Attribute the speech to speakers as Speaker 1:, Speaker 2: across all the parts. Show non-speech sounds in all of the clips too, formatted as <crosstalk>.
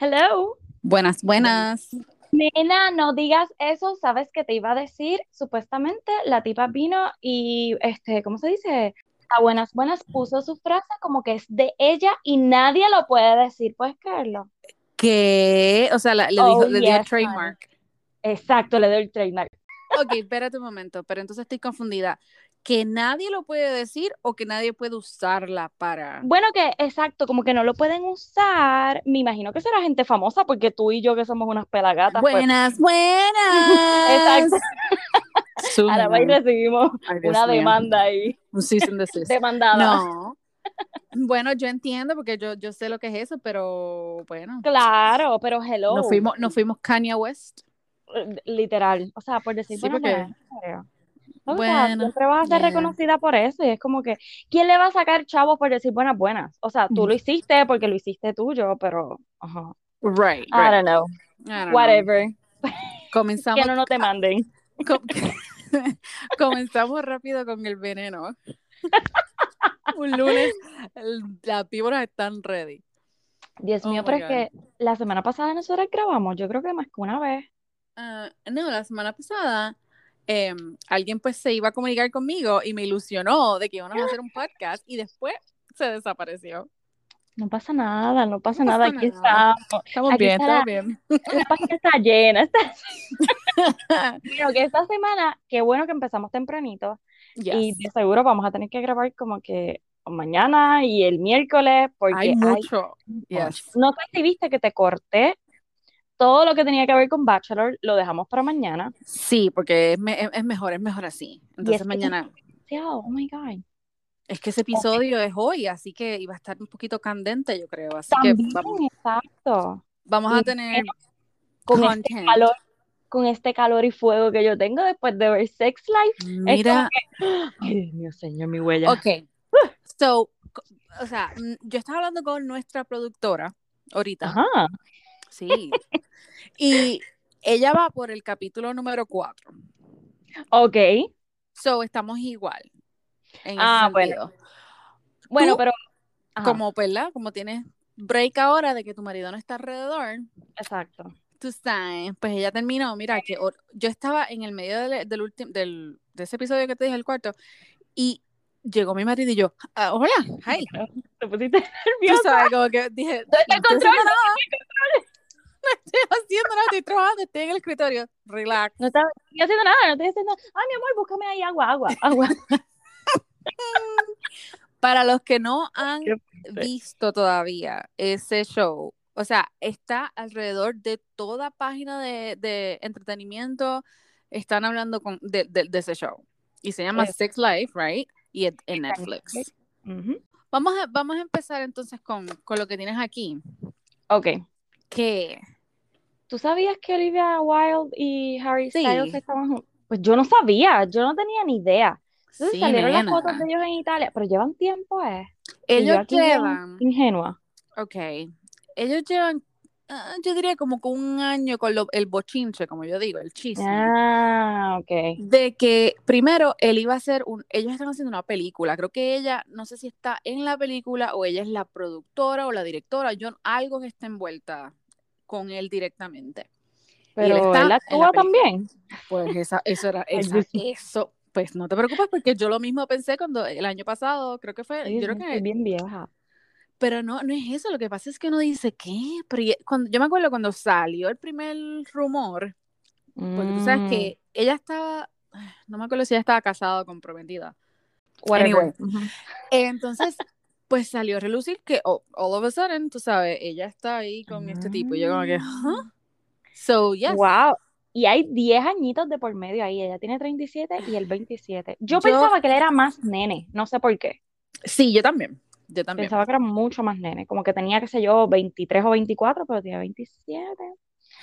Speaker 1: Hello.
Speaker 2: Buenas, buenas.
Speaker 1: Nena, no digas eso, sabes que te iba a decir, supuestamente la tipa vino y, este, ¿cómo se dice? A buenas, buenas puso su frase como que es de ella y nadie lo puede decir, pues, Carlos.
Speaker 2: ¿Qué? O sea, la- le,
Speaker 1: Oh,
Speaker 2: dijo, le dio
Speaker 1: yes,
Speaker 2: trademark.
Speaker 1: Exacto, le doy el trademark. <laughs>
Speaker 2: Ok, espérate un momento, pero entonces estoy confundida. ¿Que nadie lo puede decir o que nadie puede usarla para...?
Speaker 1: Bueno, que exacto, como que no lo pueden usar, me imagino que será gente famosa porque tú y yo que somos unas pelagatas, pues.
Speaker 2: Buenas, buenas.
Speaker 1: Exacto.
Speaker 2: <laughs> Zoom,
Speaker 1: Ahora va y
Speaker 2: man.
Speaker 1: recibimos
Speaker 2: Ay, Dios
Speaker 1: una
Speaker 2: mío.
Speaker 1: demanda ahí,
Speaker 2: Un cease
Speaker 1: <laughs>
Speaker 2: and desist.
Speaker 1: demandada.
Speaker 2: No. Bueno, yo entiendo porque yo, yo sé lo que es eso, pero bueno.
Speaker 1: Claro, pero hello,
Speaker 2: Nos fuimos, nos fuimos Kanye West.
Speaker 1: eh, literal, o sea, por decir,
Speaker 2: Sí,
Speaker 1: bueno,
Speaker 2: porque-
Speaker 1: bueno, en serio. O sea,
Speaker 2: Bueno,
Speaker 1: siempre vas a ser
Speaker 2: yeah.
Speaker 1: reconocida por eso y es como que, ¿quién le va a sacar chavos por decir buenas, buenas? O sea, tú
Speaker 2: Mm.
Speaker 1: lo hiciste porque lo hiciste tuyo, pero, ajá.
Speaker 2: Right,
Speaker 1: I don't know, whatever, que
Speaker 2: Comenzamos,
Speaker 1: no, no te manden.
Speaker 2: <laughs> com- comenzamos rápido con el veneno. Un lunes, el- las víboras están ready.
Speaker 1: Dios
Speaker 2: Oh
Speaker 1: mío,
Speaker 2: my
Speaker 1: pero es
Speaker 2: God.
Speaker 1: que la semana pasada nosotros grabamos, yo creo que más que una vez.
Speaker 2: Ah, no, la semana pasada eh, alguien pues se iba a comunicar conmigo y me ilusionó de que íbamos a hacer un podcast y después se desapareció.
Speaker 1: No pasa nada, no pasa
Speaker 2: No
Speaker 1: nada,
Speaker 2: pasa
Speaker 1: aquí
Speaker 2: nada.
Speaker 1: estamos.
Speaker 2: Estamos
Speaker 1: Aquí
Speaker 2: bien,
Speaker 1: está
Speaker 2: estamos
Speaker 1: la-
Speaker 2: bien.
Speaker 1: La página está llena. Está... <laughs> Bueno, que esta semana, qué bueno que empezamos tempranito
Speaker 2: <laughs> Yes.
Speaker 1: y de seguro vamos a tener que grabar como que mañana y el miércoles porque
Speaker 2: Hay mucho. Yes.
Speaker 1: No sé si viste que te corté todo lo que tenía que ver con Bachelor, lo dejamos para mañana.
Speaker 2: Sí, porque es, me- es- es mejor, es mejor así. Entonces
Speaker 1: es-
Speaker 2: mañana,
Speaker 1: Sí, Oh, oh my God.
Speaker 2: es que ese episodio es hoy, así que iba a estar un poquito candente, yo creo. Así
Speaker 1: También,
Speaker 2: que vamos,
Speaker 1: exacto.
Speaker 2: vamos a tener
Speaker 1: Con este
Speaker 2: content.
Speaker 1: calor, con este calor y fuego que yo tengo después de ver Sex
Speaker 2: <gasps>
Speaker 1: Life.
Speaker 2: Mira,
Speaker 1: Ay, Dios mío, señor, mi huella.
Speaker 2: ok. So, co- o sea, mm, yo estaba hablando con nuestra productora ahorita.
Speaker 1: Ajá.
Speaker 2: Sí. Y ella va por el capítulo número 4.
Speaker 1: Ok.
Speaker 2: So, estamos igual. En
Speaker 1: Ah,
Speaker 2: ah,
Speaker 1: bueno.
Speaker 2: bueno.
Speaker 1: Bueno,
Speaker 2: Tú,
Speaker 1: pero. Ajá,
Speaker 2: Como, ¿verdad? Como tienes break ahora de que tu marido no está alrededor,
Speaker 1: exacto.
Speaker 2: tú sabes, pues ella terminó, mira, que or- yo estaba en el medio del, del último, del, de ese episodio que te dije, el cuarto, y llegó mi marido y yo, "Ah, hola, hi.
Speaker 1: Te pusiste <laughs>
Speaker 2: Tú
Speaker 1: nerviosa.
Speaker 2: sabes, como que dije,
Speaker 1: está
Speaker 2: no
Speaker 1: el
Speaker 2: estoy
Speaker 1: control?
Speaker 2: haciendo nada, no estoy haciendo nada, estoy trabajando, estoy en el escritorio, relax.
Speaker 1: No estaba no estoy haciendo nada, no estoy haciendo nada. Ay, mi amor, búscame ahí agua, agua, agua.
Speaker 2: Para los que no han
Speaker 1: Qué
Speaker 2: visto todavía ese show, o sea, está alrededor de toda página de, de entretenimiento, están hablando con, de, de- de ese show. Y se llama
Speaker 1: Es-
Speaker 2: Sex Life, ¿right? Y es en Netflix.
Speaker 1: Ujú.
Speaker 2: Vamos a, vamos a empezar entonces con, con lo que tienes aquí.
Speaker 1: Ok.
Speaker 2: Que
Speaker 1: ¿Tú sabías que Olivia Wilde y Harry
Speaker 2: Sí.
Speaker 1: Styles estaban juntos? Pues yo no sabía, yo no tenía ni idea. Entonces
Speaker 2: sí,
Speaker 1: salieron las
Speaker 2: nena.
Speaker 1: fotos de ellos en Italia, pero llevan tiempo, ¿eh? Y yo
Speaker 2: ellos
Speaker 1: aquí bien
Speaker 2: llevan,
Speaker 1: Ingenua.
Speaker 2: ok, ellos llevan, ah, yo diría como con un año con lo- el bochinche, como yo digo, el chisme.
Speaker 1: Ah, ok.
Speaker 2: de que primero él iba a hacer un, ellos están haciendo una película, creo que ella, no sé si está en la película o ella es la productora o la directora, yo, algo que está envuelta con él directamente.
Speaker 1: Pero él,
Speaker 2: está en la
Speaker 1: actúa
Speaker 2: película.
Speaker 1: también.
Speaker 2: Pues esa, eso era,
Speaker 1: Ay,
Speaker 2: esa-
Speaker 1: Dios
Speaker 2: eso, pues no te preocupes porque yo lo mismo pensé cuando el año pasado, creo que fue,
Speaker 1: Ay,
Speaker 2: yo
Speaker 1: Dios
Speaker 2: creo
Speaker 1: mío, estoy
Speaker 2: que,
Speaker 1: bien vieja.
Speaker 2: pero no, no es eso, lo que pasa es que uno dice, ¿qué? Pero y- cuando, yo me acuerdo cuando salió el primer rumor, porque tú sabes
Speaker 1: Mm,
Speaker 2: que ella estaba, no me acuerdo si ella estaba casada o comprometida.
Speaker 1: Mm, whatever.
Speaker 2: Anyway.
Speaker 1: Ujú.
Speaker 2: Entonces, pues salió a relucir que oh, all of a sudden, tú sabes, ella está ahí con este tipo. Y yo como que,
Speaker 1: Mm.
Speaker 2: "Huh?". So, yes.
Speaker 1: Wow. Y hay 10 añitos de por medio ahí. Ella tiene 37 y él 27. Yo,
Speaker 2: Yo-
Speaker 1: pensaba que él era más nene. No sé por qué.
Speaker 2: Sí, yo también. Yo también.
Speaker 1: Pensaba que era mucho más nene. Como que tenía, qué sé yo, 23 o 24, pero tiene 27.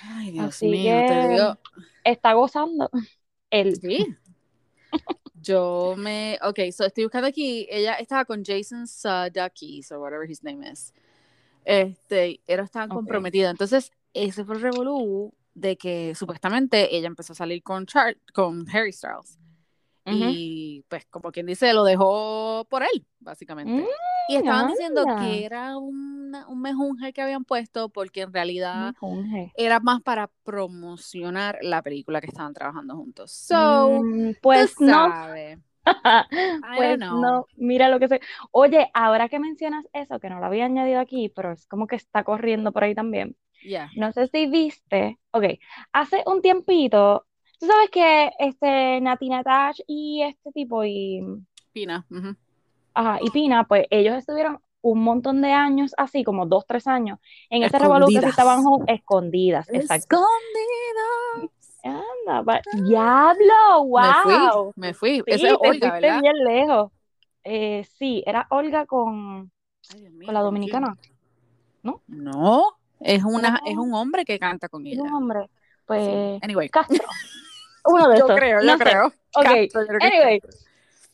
Speaker 2: Ay, Dios
Speaker 1: Así
Speaker 2: mío, te
Speaker 1: que- <laughs>
Speaker 2: digo.
Speaker 1: Está gozando. <laughs> Él.
Speaker 2: Sí. Yo me. Ok, so estoy buscando aquí. Ella estaba con Jason Sudeikis, o whatever his name is. Este, era estaban
Speaker 1: Ok.
Speaker 2: comprometida. Entonces, ese fue el revolú de que supuestamente ella empezó a salir con, Char con Harry Styles. Uh -huh. Y pues como quien dice, lo dejó por él, básicamente. Mm, y estaban anda. diciendo que era una, un mejunje que habían puesto porque en realidad mejunje. era más para promocionar la película que estaban trabajando juntos. So, mm,
Speaker 1: pues no. <laughs> pues no, mira lo que se... Oye, ahora que mencionas eso, que no lo había añadido aquí, pero es como que está corriendo por ahí también.
Speaker 2: Yeah.
Speaker 1: No sé si viste, ok, hace un tiempito Tú sabes que este Natina Tash y este tipo y
Speaker 2: Pina, uh -huh.
Speaker 1: ajá, y Pina, pues ellos estuvieron un montón de años así, como dos, tres años, en ese revolución estaban escondidas, exacto.
Speaker 2: Escondidas.
Speaker 1: Anda, pa... diablo,
Speaker 2: wow. Me fui, me fui. Sí, Esa es Olga,
Speaker 1: te ¿verdad? bien lejos. Eh, sí, era Olga con, Ay, mío, con la dominicana.
Speaker 2: ¿Qué? ¿No? No, es una, no. es un hombre que canta con ella.
Speaker 1: Es un hombre. Pues sí.
Speaker 2: anyway. <laughs>
Speaker 1: Castro. uno de
Speaker 2: yo
Speaker 1: estos.
Speaker 2: Creo, no yo sé. creo,
Speaker 1: okay. Castro, yo creo. Anyway,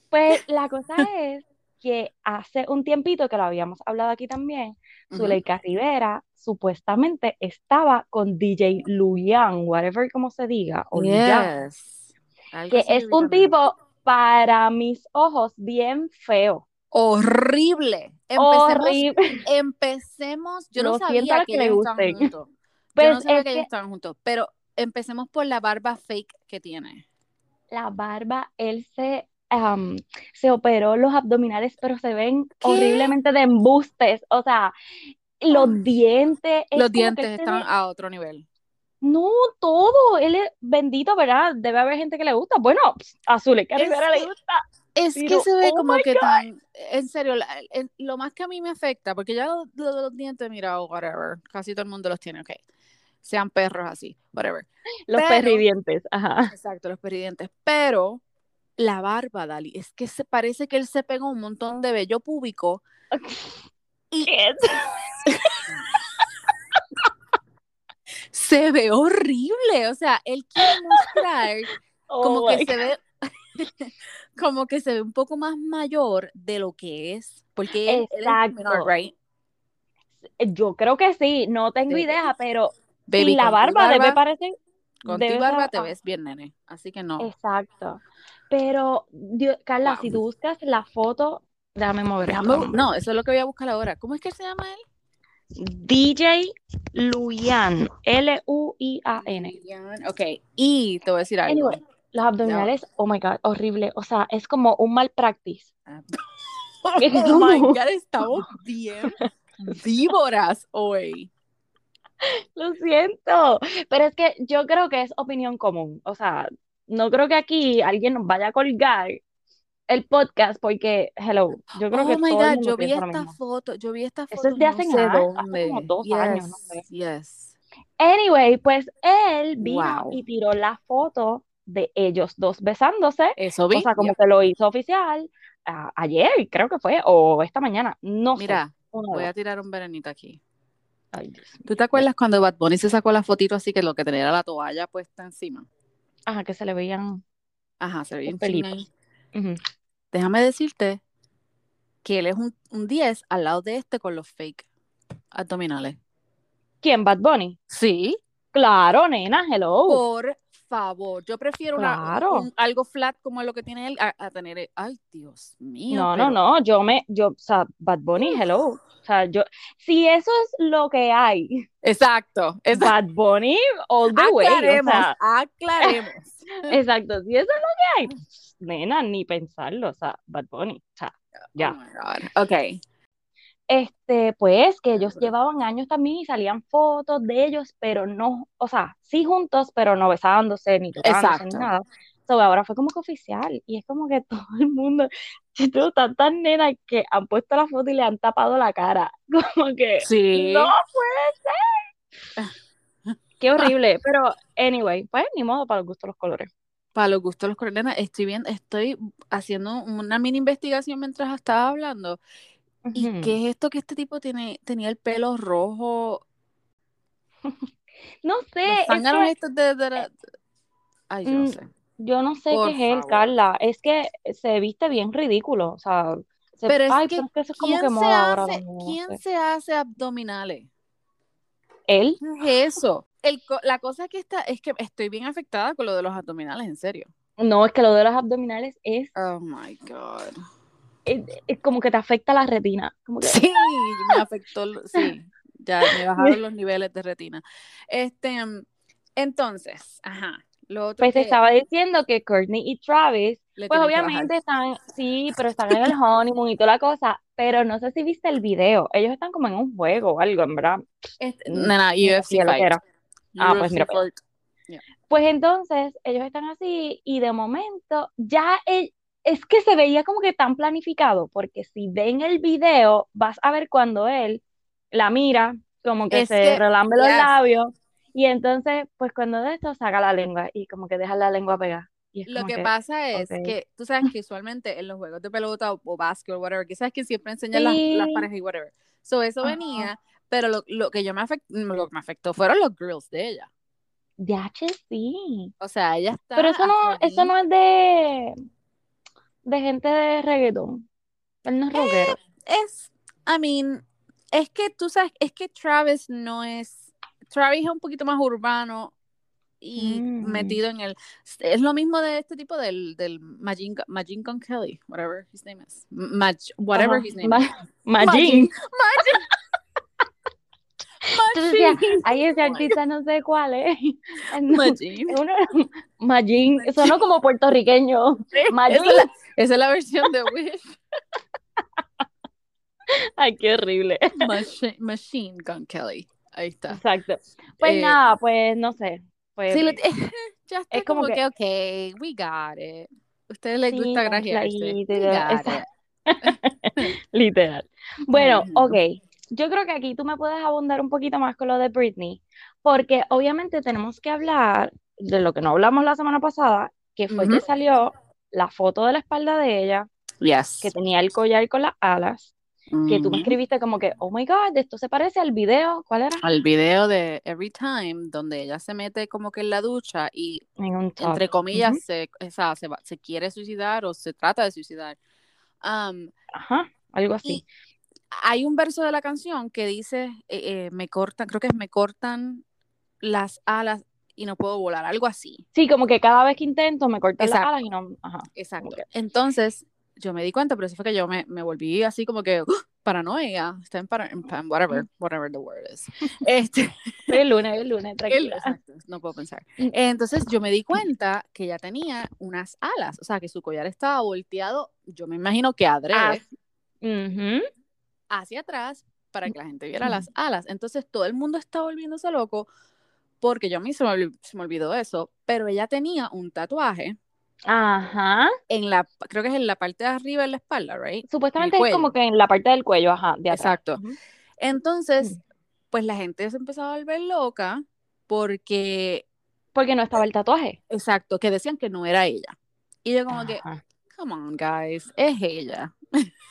Speaker 1: pues
Speaker 2: <laughs>
Speaker 1: la cosa es que hace un tiempito que lo habíamos hablado aquí también, uh -huh. Zuleika Rivera supuestamente estaba con DJ Luyan, whatever como se diga, o yes. Luyan, que es un tipo para mis ojos bien feo.
Speaker 2: Horrible. Empecemos, horrible. empecemos. Yo no, no sabía que, que ellos estaban <laughs> juntos. Pues yo no sabía es que, que ellos estaban juntos, pero empecemos por la barba fake que tiene.
Speaker 1: La barba, él se, um, se operó los abdominales, pero se ven ¿Qué? horriblemente de embustes. O sea, los Ay. dientes.
Speaker 2: Mm. Los dientes están ve... a otro nivel.
Speaker 1: este No, todo. Él es bendito, ¿verdad? Debe haber gente que le gusta. Bueno, Azul, que a Rivera le gusta.
Speaker 2: Es pero, que se ve oh como que God. tan. En serio, la, en, lo más que a mí me afecta, porque ya los, los, los dientes, mira, o oh, whatever, casi todo el mundo los tiene, ok sean perros así, whatever.
Speaker 1: Los Pero, perridientes, ajá.
Speaker 2: Exacto, los perridientes. Pero la barba, Dali, es que se parece que él se pegó un montón de vello púbico. Okay. Y se ve horrible. O sea, él quiere mostrar oh como que God. se ve. <laughs> como que se ve un poco más mayor de lo que es, porque él, él es menor, right?
Speaker 1: Yo creo que sí, no tengo sí. idea, pero Baby, y la barba, barba, debe parecer.
Speaker 2: Con tu barba ser, te ves bien, nene. Así que no.
Speaker 1: Exacto. Pero, Dios, Carla, wow. si tú buscas la foto, déjame mover.
Speaker 2: Déjame, no, eso es lo que voy a buscar ahora. ¿Cómo es que se llama él?
Speaker 1: DJ Luyan. L-U-I-A-N.
Speaker 2: Ok. Y te voy a decir algo. Anyway,
Speaker 1: los abdominales, no. oh my God, horrible. O sea, es como un mal practice.
Speaker 2: <laughs> oh
Speaker 1: <laughs>
Speaker 2: my God, estamos bien víboras hoy.
Speaker 1: Lo siento, pero es que yo creo que es opinión común. O sea, no creo que aquí alguien nos vaya a colgar el podcast porque, hello, yo creo
Speaker 2: oh
Speaker 1: que...
Speaker 2: Oh, my God, yo vi esta mismo. foto, yo vi esta foto.
Speaker 1: Eso es de hace, no sé hace como dos yes, años. No sé. yes. Anyway, pues él vino wow. y tiró la foto de ellos dos besándose.
Speaker 2: Eso vi.
Speaker 1: O sea, como yeah. que lo hizo oficial uh, ayer, creo que fue, o esta mañana, no
Speaker 2: Mira,
Speaker 1: sé.
Speaker 2: voy a tirar un veranito aquí. Ay, ¿Tú te acuerdas cuando Bad Bunny se sacó la fotito así que lo que tenía era la toalla puesta encima?
Speaker 1: Ajá, que se le veían.
Speaker 2: Ajá, se veían pelitos. Uh -huh. Déjame decirte que él es un, un, 10 al lado de este con los fake abdominales.
Speaker 1: ¿Quién? ¿Bad Bunny?
Speaker 2: Sí.
Speaker 1: Claro, nena, hello.
Speaker 2: Por favor, yo prefiero claro. una, un, algo flat como lo que tiene él a, a tener. El, ay, Dios mío.
Speaker 1: No, pero... no, no, yo me. yo, O sea, Bad Bunny, hello. O sea, yo, si eso es lo que hay.
Speaker 2: Exacto. exacto.
Speaker 1: Bad Bunny all the
Speaker 2: aclaremos,
Speaker 1: way. <laughs> O sea,
Speaker 2: aclaremos.
Speaker 1: exacto. Si eso es lo que hay, nena, ni pensarlo. O sea, Bad Bunny. O sea, ya.
Speaker 2: Oh ok.
Speaker 1: Este, pues, que ellos llevaban años también y salían fotos de ellos, pero no, o sea, sí juntos, pero no besándose ni tocándose exacto. ni nada. So, ahora fue como que oficial y es como que <laughs> todo el mundo, yo tantas nenas que han puesto la foto y le han tapado la cara, <laughs> como que
Speaker 2: sí.
Speaker 1: no puede ser. Qué
Speaker 2: <laughs>
Speaker 1: horrible, pero anyway, pues ni modo para los gustos los colores.
Speaker 2: Para los gustos los colores, nena, estoy bien, estoy haciendo una mini investigación mientras estaba hablando. Uh -huh. ¿Y qué es esto que este tipo tiene, tenía el pelo rojo?
Speaker 1: no sé.
Speaker 2: Los Eh, es que... estos de, de, de, Ay, yo mm. sé.
Speaker 1: Yo no sé Por qué favor. es él, Carla. Es que se viste bien ridículo. O sea, se...
Speaker 2: pero, es Ay, que, pero es que eso es como que moda hace, ahora. ¿Quién se hace abdominales?
Speaker 1: ¿Él?
Speaker 2: ¿Qué es eso? el co- la cosa que está es que estoy bien afectada con lo de los abdominales, en serio.
Speaker 1: No, es que lo de los abdominales es,
Speaker 2: Oh my God.
Speaker 1: es- es como que te afecta la retina. Como que,
Speaker 2: Sí, me afectó, lo- sí, ya me bajaron los niveles de retina. Este, mm, entonces, ajá, lo otro
Speaker 1: pues te
Speaker 2: que
Speaker 1: estaba diciendo que Courtney y Travis, pues
Speaker 2: le tienen que bajar.
Speaker 1: obviamente están, sí, pero están en el honeymoon y toda la cosa, pero no sé si viste el video. Ellos están como en un juego o algo, en verdad.
Speaker 2: Este,
Speaker 1: Mm,
Speaker 2: nena, UFC
Speaker 1: Mira lo que
Speaker 2: fight,
Speaker 1: era. Ah, pues
Speaker 2: UFC
Speaker 1: mira, pues.
Speaker 2: fight.
Speaker 1: Pues entonces ellos están así y de momento ya el- es que se veía como que tan planificado, porque si ven el video vas a ver cuando él la mira, como que
Speaker 2: Es
Speaker 1: se
Speaker 2: que-
Speaker 1: relambe los
Speaker 2: yes.
Speaker 1: labios y entonces pues cuando de esto saca la lengua y como que deja la lengua pegada. Y es
Speaker 2: Lo
Speaker 1: como
Speaker 2: que
Speaker 1: que,
Speaker 2: pasa es
Speaker 1: ok.
Speaker 2: que tú sabes que usualmente en los juegos de pelota o, o básquet o whatever, que sabes que siempre enseñan las, las
Speaker 1: Sí.
Speaker 2: parejas y whatever. So, eso
Speaker 1: Ajá.
Speaker 2: venía, pero lo, lo que yo me afect- lo que me afectó fueron los grills de ella.
Speaker 1: "Diache, sí.
Speaker 2: O sea, ella está
Speaker 1: Pero eso no,
Speaker 2: hasta
Speaker 1: eso
Speaker 2: aquí.
Speaker 1: no es de, de gente de reggaetón. Él no es rockero.
Speaker 2: es, I mean, es que tú sabes, es que Travis no es, Travis es un poquito más urbano y
Speaker 1: Mm.
Speaker 2: metido en el, es lo mismo de este tipo del, del Majin, Majin Con Kelly, whatever his name is, Maj, whatever
Speaker 1: Ajá.
Speaker 2: his name
Speaker 1: Ma-
Speaker 2: is.
Speaker 1: Majin. <laughs> Entonces decía,
Speaker 2: Majin.
Speaker 1: ay, ese
Speaker 2: Majin.
Speaker 1: artista no sé cuál
Speaker 2: <laughs>
Speaker 1: es. Entonces,
Speaker 2: Majin.
Speaker 1: <laughs> uno, Majin, sonó como puertorriqueño. Majin,
Speaker 2: Esa es, la, esa es la versión de Wish.
Speaker 1: ay, qué horrible.
Speaker 2: Machine, Machine Gun Kelly. Ahí está.
Speaker 1: Exacto. Pues
Speaker 2: Eh,
Speaker 1: nada, pues no sé. Pues,
Speaker 2: Sí, le- <laughs> ya está
Speaker 1: Es como
Speaker 2: como, que, ok, we got it. Ustedes les
Speaker 1: Sí,
Speaker 2: gusta grajearse. We
Speaker 1: tranquilito,
Speaker 2: got
Speaker 1: exacto.
Speaker 2: it.
Speaker 1: literal. Bueno,
Speaker 2: Ujú.
Speaker 1: ok. Yo creo que aquí tú me puedes abundar un poquito más con lo de Britney, porque obviamente tenemos que hablar de lo que no hablamos la semana pasada, que fue
Speaker 2: Ujú.
Speaker 1: que salió la foto de la espalda de ella,
Speaker 2: Yes. Mm.
Speaker 1: que tenía el collar con las alas. que tú me
Speaker 2: Ujú.
Speaker 1: escribiste como que, oh my God, esto se parece al video, ¿cuál era?
Speaker 2: Al video de Every Time, donde ella se mete como que en la ducha y,
Speaker 1: En un top.
Speaker 2: entre comillas, se, o sea, se, va- se quiere suicidar o se trata de suicidar. Um,
Speaker 1: Ajá, algo
Speaker 2: y
Speaker 1: así.
Speaker 2: hay un verso de la canción que dice, eh, eh, me cortan, creo que es me cortan las alas y no puedo volar, algo así.
Speaker 1: Sí, como que cada vez que intento me cortan las
Speaker 2: Exacto.
Speaker 1: alas y no, ajá.
Speaker 2: Exacto.
Speaker 1: que-
Speaker 2: Entonces, yo me di cuenta, pero eso fue que yo me, me volví así como que ¡Ah! paranoia. Está en para- en pan- whatever, whatever the word is. Este,
Speaker 1: Hoy es lunes, hoy es lunes,
Speaker 2: el-
Speaker 1: tranquila. Mm.
Speaker 2: exacto, no puedo
Speaker 1: <laughs>
Speaker 2: pensar. Entonces, yo me di cuenta que ya tenía unas alas, o sea, que su collar estaba volteado, yo me imagino que
Speaker 1: Ah,
Speaker 2: adrede,
Speaker 1: ujú.
Speaker 2: hacia atrás, para que la gente
Speaker 1: <laughs>
Speaker 2: viera las alas. Entonces, todo el mundo está volviéndose loco, porque yo a mí se me, olvi- se me olvidó eso, pero ella tenía un tatuaje
Speaker 1: Ajá.
Speaker 2: en la, creo que es en la parte de arriba de la espalda, right?
Speaker 1: Supuestamente
Speaker 2: En el
Speaker 1: es como
Speaker 2: cuello.
Speaker 1: que en la parte del cuello, ajá, de atrás.
Speaker 2: Exacto.
Speaker 1: Ujú. Mm.
Speaker 2: Entonces, pues la gente se empezó a volver loca porque,
Speaker 1: Porque no estaba el tatuaje.
Speaker 2: exacto, que decían que no era ella. Y yo como que,
Speaker 1: Ajá.
Speaker 2: come on, guys, es ella.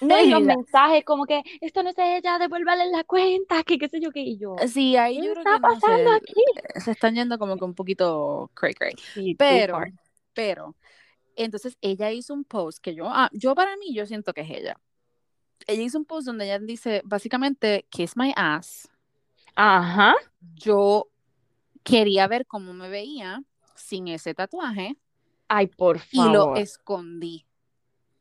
Speaker 1: No, y los
Speaker 2: Ella.
Speaker 1: mensajes como que, esto no es ella, devuélvale la cuenta, que qué sé yo qué, y yo.
Speaker 2: Sí, ahí
Speaker 1: ¿Qué
Speaker 2: yo creo
Speaker 1: está
Speaker 2: que no
Speaker 1: pasando
Speaker 2: sé,
Speaker 1: aquí?
Speaker 2: se están yendo como que un poquito cray cray.
Speaker 1: Sí, too
Speaker 2: Pero,
Speaker 1: far.
Speaker 2: pero, entonces ella hizo un post que yo, ah, yo para mí, yo siento que es ella. Ella hizo un post donde ella dice, básicamente, kiss my ass.
Speaker 1: Ajá.
Speaker 2: Yo quería ver cómo me veía sin ese tatuaje.
Speaker 1: Ay, por
Speaker 2: y lo
Speaker 1: favor.
Speaker 2: escondí.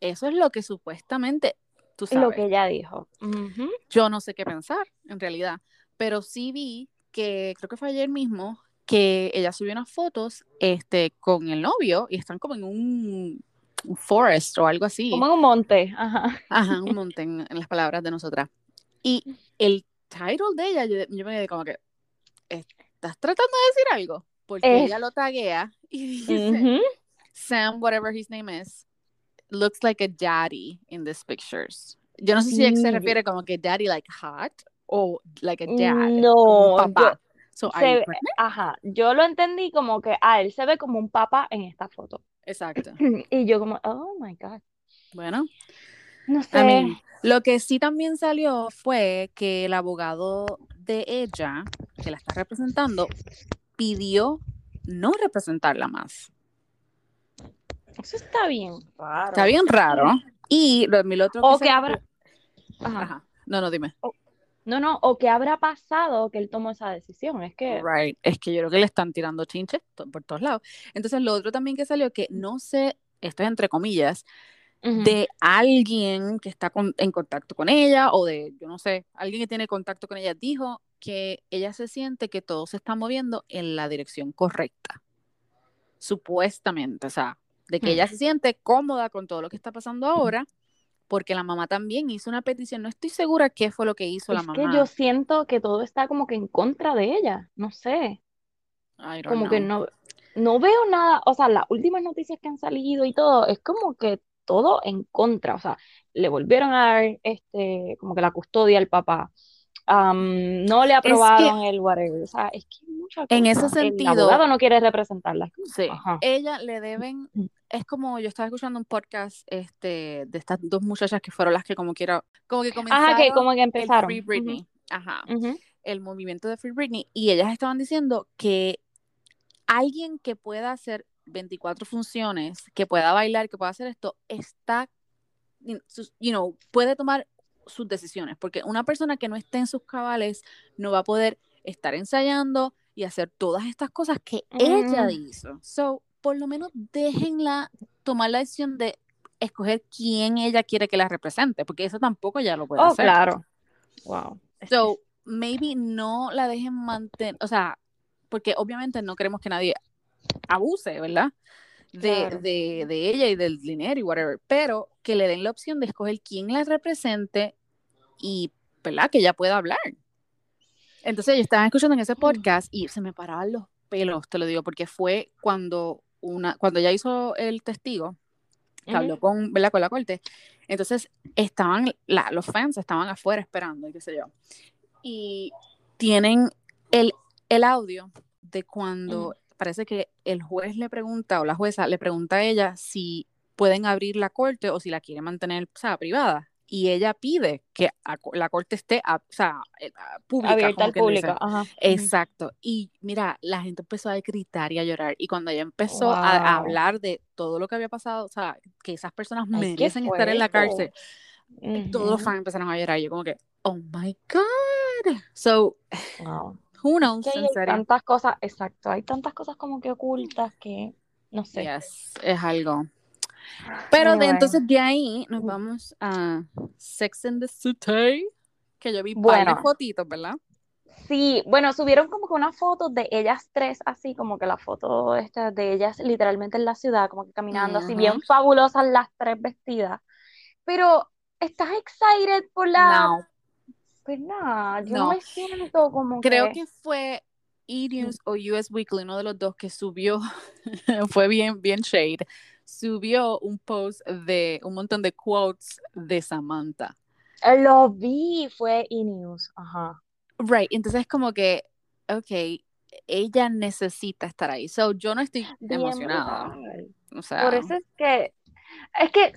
Speaker 2: Eso es lo que supuestamente, tú
Speaker 1: Es Lo
Speaker 2: sabes,
Speaker 1: que ella dijo. Ujú.
Speaker 2: yo no sé qué pensar en realidad, pero sí vi que, creo que fue ayer mismo, que ella subió unas fotos este, con el novio y están como en un, un forest o algo así,
Speaker 1: Como en un monte,
Speaker 2: <laughs>
Speaker 1: ajá.
Speaker 2: ajá, un monte en, en las palabras de nosotras. Y el title de ella, yo, yo me quedé como que, ¿estás tratando de decir algo? Porque
Speaker 1: Es-
Speaker 2: ella lo taguea y <laughs> dice,
Speaker 1: Ujú.
Speaker 2: Sam, whatever his name is, looks like a daddy in these pictures. Yo no sé si se
Speaker 1: Sí.
Speaker 2: refiere como que daddy like hot o like a dad, como
Speaker 1: No,
Speaker 2: un
Speaker 1: yo,
Speaker 2: papá. So, are
Speaker 1: se,
Speaker 2: you
Speaker 1: ve-
Speaker 2: pregnant?
Speaker 1: ajá, yo lo entendí como que a él se ve como un papá en esta foto. <laughs>
Speaker 2: Exacto.
Speaker 1: Y yo como, oh my God,
Speaker 2: Bueno,
Speaker 1: no
Speaker 2: I mean,
Speaker 1: sé.
Speaker 2: lo que sí también salió fue que el abogado de ella, que la está representando, pidió no representarla más.
Speaker 1: Eso está bien raro.
Speaker 2: Está bien raro. Y lo, lo otro que
Speaker 1: O que
Speaker 2: <laughs> salió-
Speaker 1: habrá, ajá.
Speaker 2: Ajá. No, no, dime.
Speaker 1: No, no, o qué habrá pasado que él tomó esa decisión. Es que.
Speaker 2: Right. Es que yo creo que le están tirando chinches to- por todos lados. Entonces, lo otro también que salió, que no sé, esto es entre comillas,
Speaker 1: Ujú.
Speaker 2: de alguien que está con- en contacto con ella o de, yo no sé, alguien que tiene contacto con ella, dijo que ella se siente que todo se está moviendo en la dirección correcta. Supuestamente, o sea, de que
Speaker 1: Hmm.
Speaker 2: ella se siente cómoda con todo lo que está pasando ahora, porque la mamá también hizo una petición. No estoy segura qué fue lo que hizo la
Speaker 1: Es que
Speaker 2: mamá.
Speaker 1: yo siento que todo está como que en contra de ella. No sé.
Speaker 2: I don't
Speaker 1: Como que
Speaker 2: know.
Speaker 1: no, no veo nada. O sea, las últimas noticias que han salido y todo, es como que todo en contra. O sea, le volvieron a dar este, como que la custodia al papá. Am, no le aprobaron el whatever. O sea, es que hay mucha
Speaker 2: En ese
Speaker 1: cosa. El
Speaker 2: sentido-
Speaker 1: abogado no quiere representarla. Es como-
Speaker 2: Sí,
Speaker 1: Ajá. Mm,
Speaker 2: ella le deben, es como yo estaba escuchando un podcast este, de estas dos muchachas que fueron las que como quiera, como que comenzaron
Speaker 1: Ajá, que como que
Speaker 2: el
Speaker 1: empezaron.
Speaker 2: Free Britney, ajá,
Speaker 1: Ujú, ujú.
Speaker 2: el movimiento de Free Britney, y ellas estaban diciendo que alguien que pueda hacer 24 funciones, que pueda bailar, que pueda hacer esto, está, sus- you know, puede tomar sus decisiones, porque una persona que no esté en sus cabales no va a poder estar ensayando y hacer todas estas cosas que ella
Speaker 1: Mm.
Speaker 2: hizo. So, por lo menos déjenla tomar la decisión de escoger quién ella quiere que la represente, porque eso tampoco ella lo puede
Speaker 1: Oh,
Speaker 2: hacer.
Speaker 1: claro. Wow. Es que
Speaker 2: So, maybe no la dejen mantener, o sea, porque obviamente no queremos que nadie abuse, ¿verdad? De,
Speaker 1: Claro.
Speaker 2: de- de ella y del dinero y whatever, pero que le den la opción de escoger quién la represente y, ¿verdad? Que ella pueda hablar. Entonces yo estaba escuchando en ese podcast y se me paraban los pelos, te lo digo, porque fue cuando una, cuando ella hizo el testigo, que habló con, ¿verdad? con la corte. Entonces estaban, la- los fans estaban afuera esperando y qué sé yo. Y tienen el, el audio de cuando
Speaker 1: Ujú.
Speaker 2: parece que el juez le pregunta o la jueza le pregunta a ella si pueden abrir la corte o si la quiere mantener, o sea, privada. Y ella pide que a- la corte esté, a- o sea, eh, a- pública,
Speaker 1: Abierta
Speaker 2: como
Speaker 1: al
Speaker 2: quien dice.
Speaker 1: público. Ajá. Ujú.
Speaker 2: Exacto. Y mira, la gente empezó a gritar y a llorar. Y cuando ella empezó a, a
Speaker 1: Wow.
Speaker 2: hablar de todo lo que había pasado, o sea, que esas personas
Speaker 1: Ay, qué
Speaker 2: merecen estar en la cárcel,
Speaker 1: fuerte. Ujú.
Speaker 2: todos los fans empezaron a llorar. Y yo como que, oh my God. So,
Speaker 1: Wow.
Speaker 2: who
Speaker 1: Es
Speaker 2: knows,
Speaker 1: que ahí
Speaker 2: en
Speaker 1: hay
Speaker 2: serio.
Speaker 1: tantas cosas, exacto, hay tantas cosas como que ocultas que no sé.
Speaker 2: Yes, es algo. Pero de,
Speaker 1: Anyway.
Speaker 2: entonces de ahí nos vamos a Sex and the City, que yo vi par de
Speaker 1: Bueno,
Speaker 2: fotitos, ¿verdad?
Speaker 1: sí, bueno, subieron como que una foto de ellas tres, así como que la foto esta de ellas literalmente en la ciudad, como que caminando así,
Speaker 2: Ujú.
Speaker 1: bien fabulosas las tres vestidas. Pero, ¿estás excited por la...
Speaker 2: No,
Speaker 1: Pues nada, yo no
Speaker 2: no.
Speaker 1: me siento como
Speaker 2: Creo
Speaker 1: que...
Speaker 2: que fue E! News o US Weekly, uno de los dos que subió, <laughs> fue bien, bien shade, subió un post de un montón de quotes de Samantha.
Speaker 1: Lo vi, fue E-News, ajá.
Speaker 2: Right, entonces como que, ok, ella necesita estar ahí. So, yo no estoy
Speaker 1: Bien
Speaker 2: emocionada,
Speaker 1: brutal.
Speaker 2: o
Speaker 1: Por
Speaker 2: sea,
Speaker 1: eso es que, es que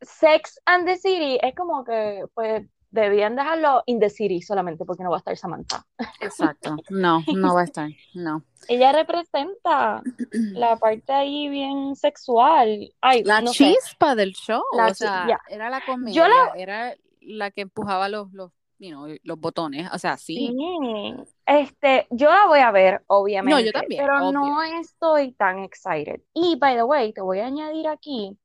Speaker 1: Sex and the City es como que, pues, debían dejarlo in the city solamente porque no va a estar Samantha. <laughs>
Speaker 2: exacto, no, no va a estar, no.
Speaker 1: Ella representa la parte ahí bien sexual. Ay, <laughs>
Speaker 2: La
Speaker 1: no sé,
Speaker 2: chispa del show,
Speaker 1: la
Speaker 2: o
Speaker 1: chi-
Speaker 2: sea,
Speaker 1: ya.
Speaker 2: era la
Speaker 1: Yo la,
Speaker 2: comedia, era la que empujaba los, los, you know, los botones, o sea, sí.
Speaker 1: sí, este, yo la voy a ver,
Speaker 2: No, yo
Speaker 1: obviamente,
Speaker 2: también,
Speaker 1: pero
Speaker 2: obvio.
Speaker 1: no estoy tan excited. Y, by the way, te voy a añadir aquí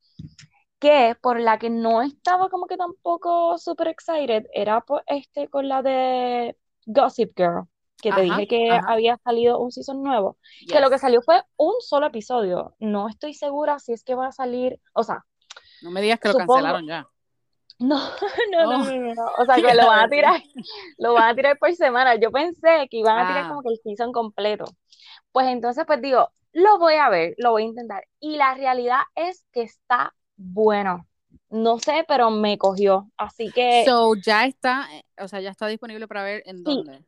Speaker 1: que por la que no estaba como que tampoco super excited era por este con la de Gossip Girl, que te
Speaker 2: Ajá,
Speaker 1: dije que
Speaker 2: ajá,
Speaker 1: había salido un season nuevo, que lo que
Speaker 2: yes.
Speaker 1: salió fue un solo episodio. No estoy segura si es que va a salir, o sea,
Speaker 2: No me digas que lo
Speaker 1: supongo,
Speaker 2: cancelaron ya.
Speaker 1: no, <laughs> no, no, no,
Speaker 2: Oh,
Speaker 1: no, no. o
Speaker 2: <laughs>
Speaker 1: sea, que
Speaker 2: iba
Speaker 1: lo
Speaker 2: a
Speaker 1: van a
Speaker 2: decir.
Speaker 1: tirar, lo van a tirar por semana. Yo pensé que iban a tirar
Speaker 2: Ah,
Speaker 1: como que el season completo. Pues entonces, pues digo, lo voy a ver, lo voy a intentar. Y la realidad es que está bueno. No sé, pero me cogió. Así que
Speaker 2: so ya está, eh, o sea, ya está disponible para ver en
Speaker 1: Eh, sí,
Speaker 2: dónde.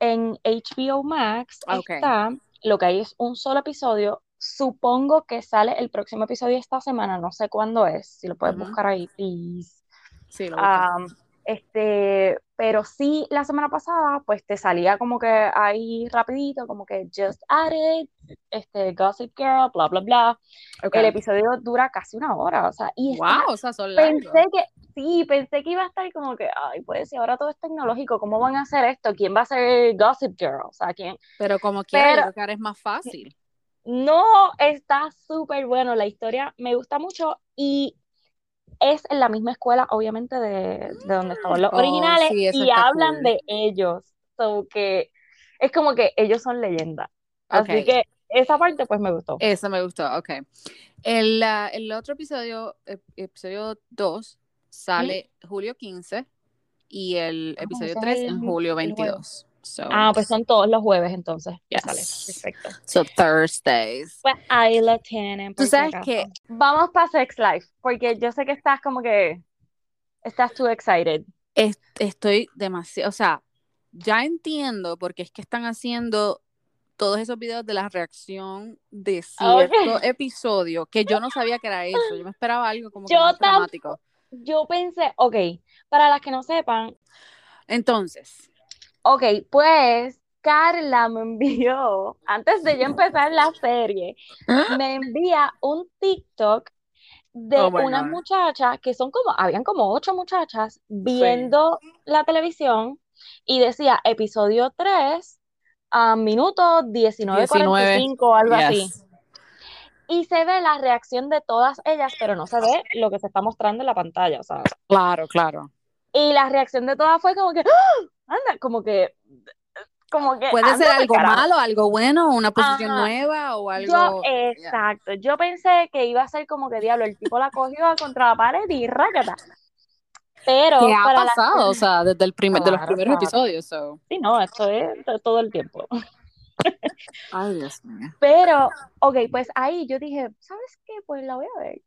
Speaker 1: en HBO Max
Speaker 2: Okay.
Speaker 1: está, lo que hay es un solo episodio. Supongo que sale el próximo episodio esta semana, no sé cuándo es, si lo puedes
Speaker 2: Ujú.
Speaker 1: buscar ahí, please.
Speaker 2: Sí, lo busqué.
Speaker 1: Am, Ah, este, pero sí, la semana pasada, pues te salía como que ahí rapidito, como que Just Added, este, Gossip Girl, bla, bla, bla. El
Speaker 2: Okay.
Speaker 1: episodio dura casi una hora, o sea, y
Speaker 2: Wow,
Speaker 1: está,
Speaker 2: o sea, son
Speaker 1: pensé
Speaker 2: largos.
Speaker 1: que, sí, pensé que iba a estar como que, ay, pues si ahora todo es tecnológico, ¿cómo van a hacer esto? ¿Quién va a ser Gossip Girl? O sea, ¿quién?
Speaker 2: Pero como quiera,
Speaker 1: Pero-
Speaker 2: yo creo que ahora es más fácil.
Speaker 1: No, está súper bueno. La historia me gusta mucho y es en la misma escuela, obviamente, de, de donde estaban los
Speaker 2: Oh,
Speaker 1: originales
Speaker 2: sí, eso
Speaker 1: y
Speaker 2: está
Speaker 1: hablan
Speaker 2: cool.
Speaker 1: de ellos. So que es como que ellos son leyenda. Así
Speaker 2: Ok. Eh,
Speaker 1: que esa parte pues me gustó.
Speaker 2: Eso me gustó, ok. El, ah, el otro episodio, ep- episodio 2, sale julio 15 y el
Speaker 1: Ah,
Speaker 2: episodio
Speaker 1: ese es
Speaker 2: 3
Speaker 1: el-
Speaker 2: en julio
Speaker 1: el jueves.
Speaker 2: 22. So,
Speaker 1: Ah, pues son todos los jueves entonces. que
Speaker 2: Yes.
Speaker 1: sale. Perfecto.
Speaker 2: so Thursdays.
Speaker 1: Pues ahí lo tienen. por
Speaker 2: Tú
Speaker 1: si
Speaker 2: sabes
Speaker 1: acaso.
Speaker 2: que
Speaker 1: Vamos para Sex Life, porque yo sé que estás como que estás too excited.
Speaker 2: es- estoy demasiado, o sea, ya entiendo porque es que están haciendo todos esos videos de la reacción de cierto episodio que yo no sabía que era eso. Yo me esperaba algo como que
Speaker 1: Yo
Speaker 2: más
Speaker 1: tampoco.
Speaker 2: dramático.
Speaker 1: Yo pensé, ok, para las que no sepan,
Speaker 2: Entonces,
Speaker 1: ok, pues Carla me envió, antes de yo empezar la serie, me envía un TikTok de
Speaker 2: ¿Ah? Oh my
Speaker 1: unas
Speaker 2: God.
Speaker 1: muchachas que son como, habían como ocho muchachas viendo la televisión y decía episodio 3 a minuto 19.45, algo así.
Speaker 2: yes.
Speaker 1: Y se ve la reacción de todas ellas, pero no se ve lo que se está mostrando en la pantalla, o sea.
Speaker 2: Claro, claro.
Speaker 1: Y la reacción de todas fue como que, ¡Ah! anda, como que, como que.
Speaker 2: Puede ser
Speaker 1: anda,
Speaker 2: algo
Speaker 1: Eh, carajo.
Speaker 2: malo, algo bueno, una posición
Speaker 1: Ajá.
Speaker 2: nueva o algo.
Speaker 1: Yo, eh, exacto, yo pensé que iba a ser como que diablo, el tipo la cogió contra la pared y rácata. Pero
Speaker 2: ¿Qué ha
Speaker 1: para la-
Speaker 2: pasado? O sea, desde el primer, de los
Speaker 1: Claro,
Speaker 2: primeros
Speaker 1: claro.
Speaker 2: episodios. so.
Speaker 1: sí, no, esto es to- todo el tiempo.
Speaker 2: Ay, Dios mío.
Speaker 1: Pero, ok, pues ahí yo dije, ¿sabes qué? Pues la voy a ver.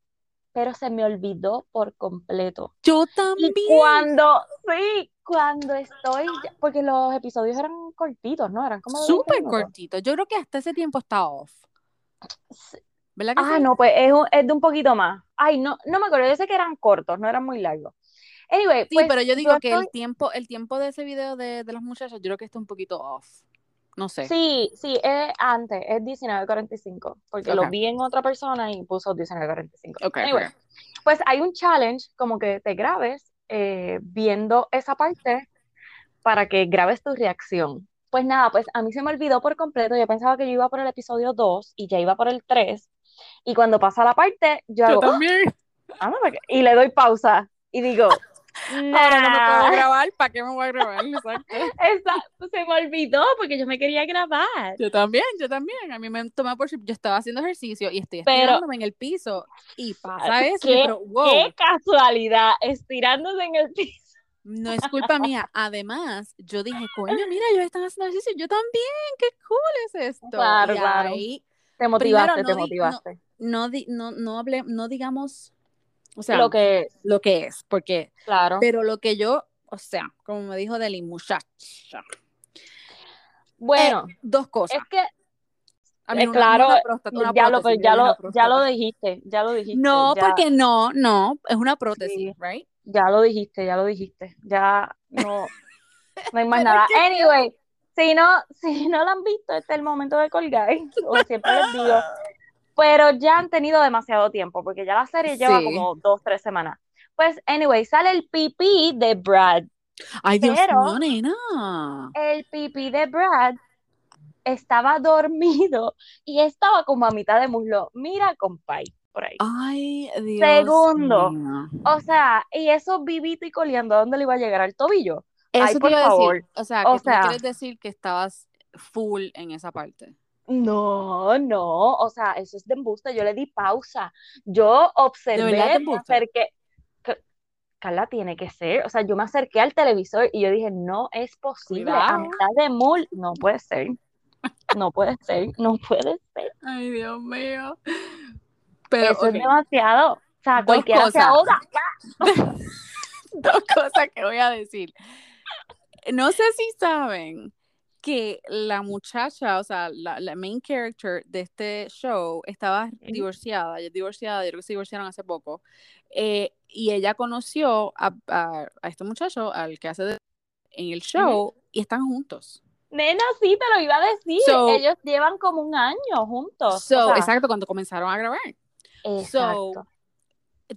Speaker 1: Pero se me olvidó por completo.
Speaker 2: Yo
Speaker 1: Y
Speaker 2: también.
Speaker 1: cuando, sí, cuando estoy, porque los episodios eran cortitos, ¿no? Eran como de 20
Speaker 2: Súper
Speaker 1: minutos.
Speaker 2: cortito. Yo creo que hasta ese tiempo está off. ¿Verdad que
Speaker 1: Ah,
Speaker 2: sí?
Speaker 1: no, pues es, un- es de un poquito más. Ay, no, no me acuerdo, yo sé que eran cortos, no eran muy largos. Anyway,
Speaker 2: Sí,
Speaker 1: pues
Speaker 2: pero yo digo que
Speaker 1: estoy-
Speaker 2: el tiempo, el tiempo de ese video de, de las muchachas, yo creo que está un poquito off. No sé.
Speaker 1: Sí, sí, es antes, es 19.45, porque
Speaker 2: Ok.
Speaker 1: lo vi en otra persona y puso 19.45.
Speaker 2: Ok,
Speaker 1: Anyway,
Speaker 2: ok.
Speaker 1: pues hay un challenge como que te grabes eh, viendo esa parte para que grabes tu reacción. Pues nada, pues a mí se me olvidó por completo, yo pensaba que yo iba por el episodio 2 y ya iba por el 3, y cuando pasa la parte, yo hago...
Speaker 2: también.
Speaker 1: Ah, no, porque- Y le doy pausa y <laughs> digo,
Speaker 2: Ahora <laughs> no me puedo
Speaker 1: "Nah".
Speaker 2: grabar. ¿Para qué me voy a <laughs> grabar? Exacto.
Speaker 1: Exacto, Ah, se me olvidó porque yo me quería grabar.
Speaker 2: Yo también, yo también. A mí me tomé por... Yo estaba haciendo ejercicio y estoy
Speaker 1: Pero-
Speaker 2: estirándome en el piso y pasa eso. y
Speaker 1: ¿Qué?
Speaker 2: yo, pero, wow,
Speaker 1: ¡Qué casualidad! Estirándose en el piso.
Speaker 2: no es culpa mía. Además, yo dije, coño, mira, ellos están haciendo ejercicio. Yo también, qué cool es esto.
Speaker 1: Claro,
Speaker 2: y
Speaker 1: claro.
Speaker 2: ahí
Speaker 1: Te motivaste,
Speaker 2: Primero, no
Speaker 1: te
Speaker 2: di-
Speaker 1: motivaste.
Speaker 2: no, di- no, no, hable, no digamos, o sea,
Speaker 1: Lo que,
Speaker 2: lo que es, porque,
Speaker 1: claro.
Speaker 2: pero lo que yo, o sea, como me dijo Deli, muchacha,
Speaker 1: Bueno,
Speaker 2: dos cosas.
Speaker 1: es que,
Speaker 2: A
Speaker 1: eh,
Speaker 2: una-
Speaker 1: claro,
Speaker 2: una próstata, una
Speaker 1: ya, lo,
Speaker 2: prótesis,
Speaker 1: ya,
Speaker 2: yo dije
Speaker 1: lo, ya
Speaker 2: una
Speaker 1: lo
Speaker 2: próstata.
Speaker 1: dijiste, ya lo dijiste.
Speaker 2: No,
Speaker 1: ya,
Speaker 2: porque no, no, es una
Speaker 1: Sí.
Speaker 2: prótesis, right?
Speaker 1: Ya lo dijiste, ya lo dijiste. Ya no, no
Speaker 2: <laughs>
Speaker 1: hay más
Speaker 2: Pero
Speaker 1: nada.
Speaker 2: es que-
Speaker 1: Anyway, si no, <laughs> si no la han visto, este es el momento de
Speaker 2: <laughs>
Speaker 1: colgar, como siempre les digo. pero ya han tenido demasiado tiempo, porque ya la serie lleva
Speaker 2: Sí.
Speaker 1: como dos, tres semanas. Pues, anyway, sale el pipí de Brad.
Speaker 2: Ay, Dios
Speaker 1: Pero-
Speaker 2: mío, nena.
Speaker 1: El pipí de Brad estaba dormido y estaba como a mitad de muslo. Mira, compay, por ahí.
Speaker 2: Ay, Dios
Speaker 1: Segundo.
Speaker 2: mío.
Speaker 1: O sea, y eso vivito y coleando, ¿a dónde le iba a llegar? ¿Al tobillo?
Speaker 2: Eso
Speaker 1: Ay,
Speaker 2: te
Speaker 1: por
Speaker 2: iba a decir,
Speaker 1: favor.
Speaker 2: O sea,
Speaker 1: O
Speaker 2: que
Speaker 1: sea-
Speaker 2: tú quieres decir que estabas full en esa parte.
Speaker 1: No, no, o sea, eso es de embuste. Yo le di pausa. Yo observé,
Speaker 2: verdad es de
Speaker 1: me
Speaker 2: embuste?
Speaker 1: acerqué. Ca- Carla tiene que ser, o sea, yo me acerqué al televisor y yo dije, no es posible, a
Speaker 2: Cuidado.
Speaker 1: mitad de mul, no puede ser, no puede ser, no puede ser.
Speaker 2: Ay, Dios mío. Pero,
Speaker 1: eso
Speaker 2: ok,
Speaker 1: es demasiado. O sea,
Speaker 2: Dos
Speaker 1: cualquiera se
Speaker 2: cosas.
Speaker 1: ahoga.
Speaker 2: <laughs> dos cosas que voy a decir. No sé si saben que la muchacha, o sea, la, la main character de este show estaba divorciada, ella es divorciada, yo creo que se divorciaron hace poco, eh, y ella conoció a, a- a este muchacho, al que hace de- en el show, y están juntos.
Speaker 1: Nena, sí, te lo iba a decir.
Speaker 2: So-
Speaker 1: Ellos llevan como un año juntos. o
Speaker 2: So,
Speaker 1: sea,
Speaker 2: exacto, cuando comenzaron a grabar.
Speaker 1: exacto.
Speaker 2: So,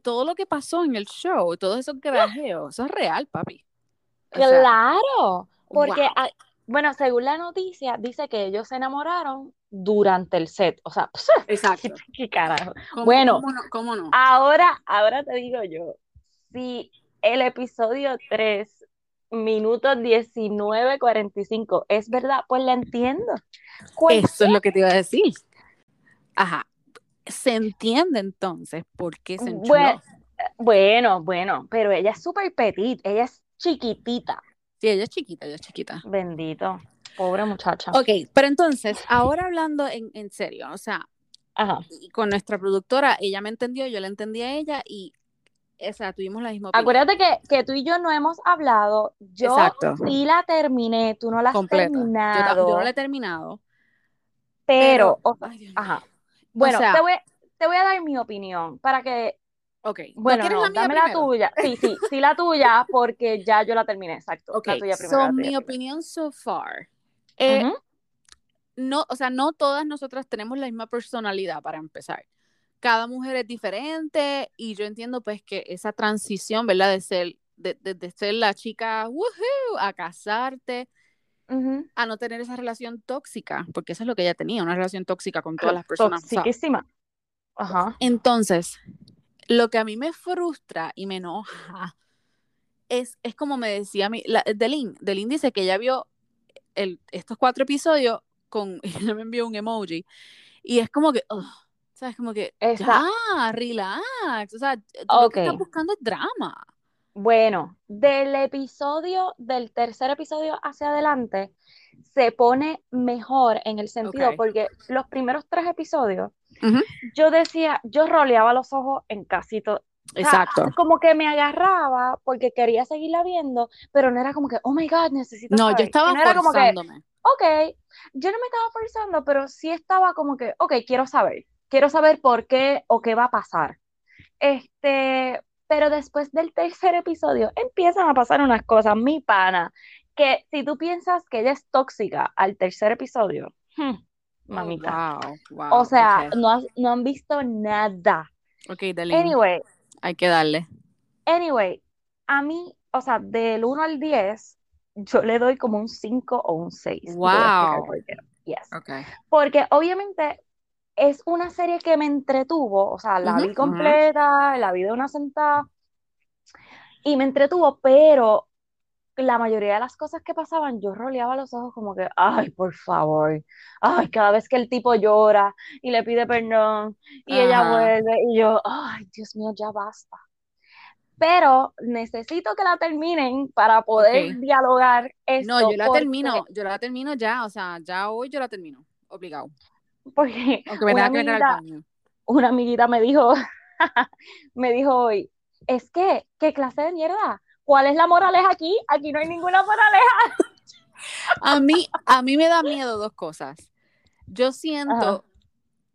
Speaker 2: todo lo que pasó en el show, todos esos
Speaker 1: ¡Ah!
Speaker 2: grajeos, eso es real, papi. O sea,
Speaker 1: Claro, porque,
Speaker 2: wow.
Speaker 1: ah, bueno, según la noticia, dice que ellos se enamoraron durante el set. O sea, <laughs>
Speaker 2: Exacto.
Speaker 1: qué carajo.
Speaker 2: ¿Cómo-
Speaker 1: Bueno.
Speaker 2: ¿Cómo no? cómo no?
Speaker 1: Ahora, ahora te digo yo, si el episodio 3, minutos 19.45, es verdad, pues la entiendo. Cual-
Speaker 2: Eso es lo que te iba a decir. Ajá. Se entiende entonces por qué se enchuló.
Speaker 1: Bueno. Bueno, bueno, pero ella es súper petit, ella es chiquitita.
Speaker 2: Sí, ella es chiquita, ella es chiquita.
Speaker 1: Bendito, pobre muchacha.
Speaker 2: Ok, pero entonces, ahora hablando en, en serio, o sea,
Speaker 1: Ajá.
Speaker 2: y con nuestra productora, ella me entendió, yo la entendí a ella y, o sea, tuvimos la misma opinión.
Speaker 1: Acuérdate que, que tú y yo no hemos hablado. Yo
Speaker 2: Exacto.
Speaker 1: sí la terminé, tú no la has
Speaker 2: Completa. Yo, ta- yo
Speaker 1: terminado,
Speaker 2: no la he terminado.
Speaker 1: pero, o-
Speaker 2: Ay, Dios mío.
Speaker 1: ajá. Bueno,
Speaker 2: sea-
Speaker 1: te voy, te voy a dar mi opinión para que
Speaker 2: Ok. ¿No
Speaker 1: Bueno,
Speaker 2: quieres
Speaker 1: no,
Speaker 2: la mía
Speaker 1: dame la
Speaker 2: primero?
Speaker 1: tuya. Sí, sí, sí la tuya, porque ya yo la terminé, exacto.
Speaker 2: Ok,
Speaker 1: La tuya
Speaker 2: so,
Speaker 1: primero. la
Speaker 2: mi
Speaker 1: tuya
Speaker 2: opinión so far. Eh,
Speaker 1: primero. Ujú.
Speaker 2: no, o sea, no todas nosotras tenemos la misma personalidad para empezar. Cada mujer es diferente y yo entiendo pues que esa transición, ¿verdad? De ser, de, de- de ser la chica, "Woohoo", a casarte,
Speaker 1: Ujú.
Speaker 2: a no tener esa relación tóxica, porque eso es lo que ella tenía, una relación tóxica con todas las personas. o sea.
Speaker 1: Toxiquísima. Ajá.
Speaker 2: Entonces, lo que a mí me frustra y me enoja es, es como me decía mi, la, Delin, Delin dice que ella vio el, estos cuatro episodios con, <laughs> ella me envió un emoji y es como que, ugh, ¿sabes? Como que,
Speaker 1: Esa-
Speaker 2: ya, relax, o sea, tú lo que
Speaker 1: Ok.
Speaker 2: estás buscando es drama.
Speaker 1: Bueno, del episodio, del tercer episodio hacia adelante, se pone mejor en el sentido,
Speaker 2: Ok.
Speaker 1: porque los primeros tres episodios,
Speaker 2: Ujú.
Speaker 1: yo decía, yo roleaba los ojos en casi todo. sea,
Speaker 2: Exacto.
Speaker 1: Como que me agarraba porque quería seguirla viendo, pero no era como que, oh my God, necesito
Speaker 2: No, yo
Speaker 1: saber".
Speaker 2: estaba
Speaker 1: No era como que,
Speaker 2: forzándome.
Speaker 1: ok, yo no me estaba forzando, pero sí estaba como que, ok, quiero saber, quiero saber por qué o qué va a pasar. Este, pero después del tercer episodio empiezan a pasar unas cosas, mi pana, que si tú piensas que ella es tóxica al tercer episodio, hmm, mamita.
Speaker 2: Oh, wow, wow.
Speaker 1: O sea,
Speaker 2: ok.
Speaker 1: no, has- no han visto nada.
Speaker 2: Ok, Delin,
Speaker 1: Anyway,
Speaker 2: hay que darle.
Speaker 1: anyway, a mí, o sea, del 1 al 10, yo le doy como un 5 o un 6. y te voy a explicar
Speaker 2: Wow.
Speaker 1: por qué. Yes.
Speaker 2: Ok.
Speaker 1: Porque obviamente es una serie que me entretuvo, o sea, la
Speaker 2: Ujú,
Speaker 1: vi
Speaker 2: ujú.
Speaker 1: completa, la vi de una sentada y me entretuvo, pero la mayoría de las cosas que pasaban yo roleaba los ojos como que, ay, por favor, ay, cada vez que el tipo llora y le pide perdón y ella
Speaker 2: Ajá.
Speaker 1: vuelve y yo, ay, Dios mío, ya basta. Pero necesito que la terminen para poder
Speaker 2: Ok.
Speaker 1: dialogar esto.
Speaker 2: No, yo la
Speaker 1: porque-
Speaker 2: termino, yo la termino ya, o sea, ya hoy yo la termino, obligado.
Speaker 1: Porque
Speaker 2: Aunque me
Speaker 1: una
Speaker 2: tenga que meter al
Speaker 1: amiguita,
Speaker 2: baño.
Speaker 1: una amiguita me dijo, <laughs> me dijo hoy, es que, ¿qué clase de mierda? ¿Cuál es la moraleja aquí? Aquí no hay ninguna moraleja.
Speaker 2: A mí, a mí me da miedo dos cosas. Yo siento
Speaker 1: Ajá.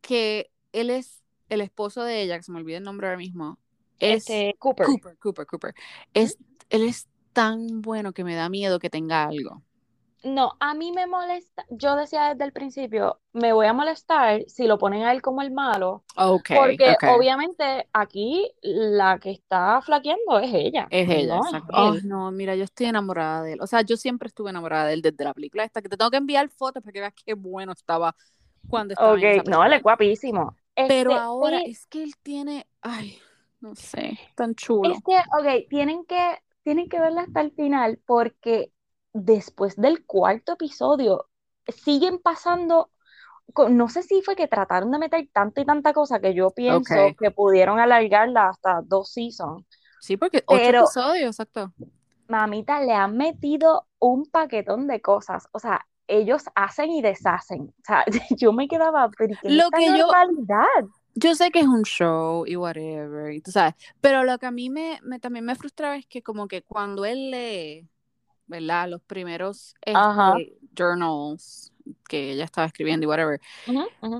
Speaker 2: que él es el esposo de ella, que se me olvida el nombre ahora mismo. Es
Speaker 1: Este, Cooper.
Speaker 2: Cooper, Cooper, Cooper. Es, él es tan bueno que me da miedo que tenga algo.
Speaker 1: No, a mí me molesta, yo decía desde el principio, me voy a molestar si lo ponen a él como el malo,
Speaker 2: Ok,
Speaker 1: porque
Speaker 2: ok.
Speaker 1: obviamente aquí la que está flaqueando es ella,
Speaker 2: Es ella,
Speaker 1: no es
Speaker 2: exacto. Ay,
Speaker 1: él.
Speaker 2: no, mira, yo estoy enamorada de él. O sea, yo siempre estuve enamorada de él desde la película esta, que te tengo que enviar fotos para que veas qué bueno estaba cuando estaba en esa
Speaker 1: Oh. Ok, no, él
Speaker 2: película.
Speaker 1: es guapísimo.
Speaker 2: Pero
Speaker 1: Este,
Speaker 2: ahora
Speaker 1: sí,
Speaker 2: es que él tiene, ay, no sé, tan chulo.
Speaker 1: Es que, ok, tienen que, tienen que verla hasta el final porque después del cuarto episodio siguen pasando, co- no sé si fue que trataron de meter tanta y tanta cosa que yo pienso
Speaker 2: Ok.
Speaker 1: que pudieron alargarla hasta dos seasons,
Speaker 2: Sí, porque ocho
Speaker 1: pero
Speaker 2: episodios, exacto.
Speaker 1: mamita le han metido un paquetón de cosas, o sea, ellos hacen y deshacen, o sea, <laughs> yo me quedaba, pero ¿qué es
Speaker 2: Lo
Speaker 1: esta
Speaker 2: que yo,
Speaker 1: normalidad?
Speaker 2: yo sé que es un show y whatever, y tú sabes, pero lo que a mí me, me- también me frustraba es que como que cuando él lee, ¿verdad? Los primeros
Speaker 1: Ajá,
Speaker 2: este, journals que ella estaba escribiendo y whatever,
Speaker 1: ujú, ujú.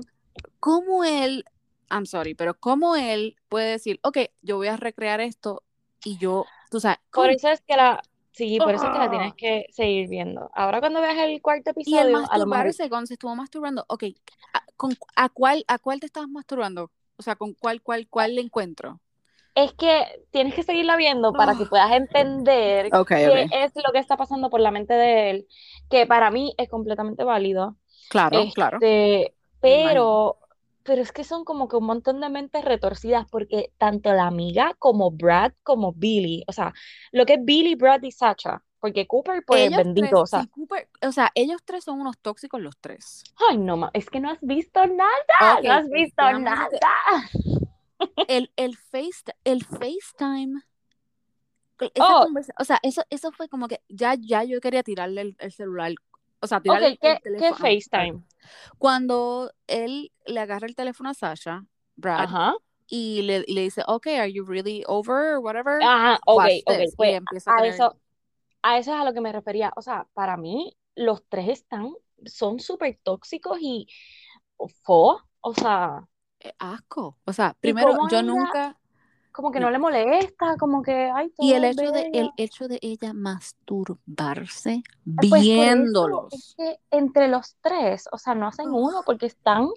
Speaker 2: ¿cómo él, I'm sorry, pero cómo él puede decir, ok, yo voy a recrear esto y yo, tú sabes,
Speaker 1: Por
Speaker 2: con...
Speaker 1: eso es que la, sí, por eso es que la
Speaker 2: ¡Ah!
Speaker 1: tienes que seguir viendo. Ahora cuando veas el cuarto
Speaker 2: Y el
Speaker 1: episodio, a lo mejor
Speaker 2: masturbarse, cuando se estuvo masturbando, ok, ¿a, con, a cuál, a cuál te estabas masturbando? O sea, ¿con cuál, cuál, cuál le encuentro?
Speaker 1: es que tienes que seguirla viendo para
Speaker 2: Ah.
Speaker 1: que puedas entender
Speaker 2: Ok,
Speaker 1: qué
Speaker 2: ok.
Speaker 1: es lo que está pasando por la mente de él, que para mí es completamente válido.
Speaker 2: Claro, claro.
Speaker 1: Este, pero, pero es que son como que un montón de mentes retorcidas, porque tanto la amiga como Brad, como Billy, o sea, lo que es Billy, Brad y Sacha, porque Cooper, pues
Speaker 2: Ellos
Speaker 1: bendito,
Speaker 2: tres,
Speaker 1: o sea,
Speaker 2: sí, Cooper- o sea, ellos tres son unos tóxicos los tres.
Speaker 1: ay, no, ma- es que no has visto nada,
Speaker 2: Ok,
Speaker 1: no has visto
Speaker 2: déjame
Speaker 1: nada.
Speaker 2: decirte, El, el, face, el FaceTime. que esa
Speaker 1: Oh.
Speaker 2: conversa- o sea, eso, eso fue como que ya, ya yo quería tirarle el, el celular. O sea, tirarle
Speaker 1: Ok,
Speaker 2: el- el
Speaker 1: ¿qué, qué
Speaker 2: teléfono.
Speaker 1: FaceTime?
Speaker 2: Cuando él le agarra el teléfono a Sasha, Brad,
Speaker 1: Ajá,
Speaker 2: y le, y le dice, ok, are you really over? or Whatever.
Speaker 1: ajá, ok,
Speaker 2: Watch
Speaker 1: ok,
Speaker 2: this",
Speaker 1: Ah, pues
Speaker 2: y empieza a
Speaker 1: a
Speaker 2: tener-
Speaker 1: eso, a eso es a lo que me refería, o sea, para mí los tres están, son súper tóxicos y fo, o sea...
Speaker 2: eh, asco. O sea, primero,
Speaker 1: cómo
Speaker 2: yo
Speaker 1: ella-
Speaker 2: nunca.
Speaker 1: como que
Speaker 2: No.
Speaker 1: no le molesta, como que, ay,
Speaker 2: Y
Speaker 1: todo
Speaker 2: el
Speaker 1: es
Speaker 2: hecho de, el
Speaker 1: bello.
Speaker 2: hecho de ella masturbarse
Speaker 1: Pues por eso es
Speaker 2: viéndolos.
Speaker 1: que entre los tres, o sea, no hacen
Speaker 2: Ugh.
Speaker 1: uno porque están,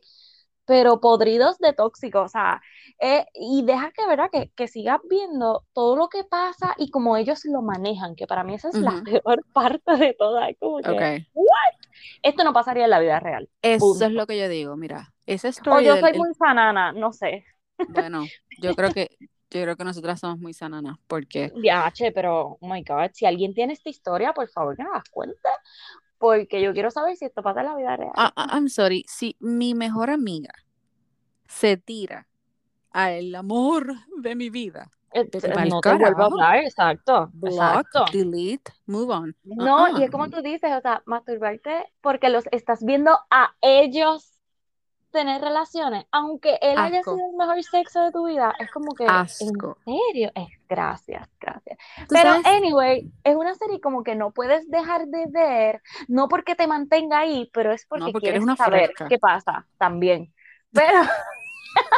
Speaker 1: pero podridos de tóxicos, o sea, eh, y deja que, ¿verdad? Que, que sigas viendo todo lo que pasa y cómo ellos lo manejan, que para mí esa es la
Speaker 2: Ujú.
Speaker 1: peor <laughs> parte de toda, es como que, ¿what? Esto no pasaría en la vida real.
Speaker 2: Eso
Speaker 1: Punto.
Speaker 2: es lo que yo digo, mira, esa
Speaker 1: O
Speaker 2: story
Speaker 1: yo
Speaker 2: del-
Speaker 1: soy
Speaker 2: el-
Speaker 1: muy <laughs> fanana, no sé,
Speaker 2: bueno, yo creo que yo creo que nosotras somos muy sananas porque
Speaker 1: ya, che, pero, oh my God, si alguien tiene esta historia, por favor que nos las cuente. Porque yo quiero saber si esto pasa en la vida real.
Speaker 2: I- I- ah, I'm sorry, si mi mejor amiga se tira al amor de mi vida,
Speaker 1: Et-
Speaker 2: Vete pa'l
Speaker 1: Eh, No te vuelvo a
Speaker 2: carajo.
Speaker 1: hablar, exacto,
Speaker 2: block,
Speaker 1: exacto.
Speaker 2: delete, move on.
Speaker 1: No, y es
Speaker 2: Uh-uh.
Speaker 1: como tú dices, o sea, masturbarte porque los estás viendo a ellos tener relaciones, aunque él haya
Speaker 2: Asco.
Speaker 1: sido el mejor sexo de tu vida, es como que, en
Speaker 2: Asco.
Speaker 1: serio, es gracias, gracias.
Speaker 2: ¿Tú
Speaker 1: Pero
Speaker 2: sabes?
Speaker 1: anyway, es una serie como que no puedes dejar de ver, no porque te mantenga ahí, pero es
Speaker 2: No,
Speaker 1: porque
Speaker 2: porque eres
Speaker 1: quieres
Speaker 2: una
Speaker 1: saber
Speaker 2: fresca.
Speaker 1: qué pasa también. Pero <laughs>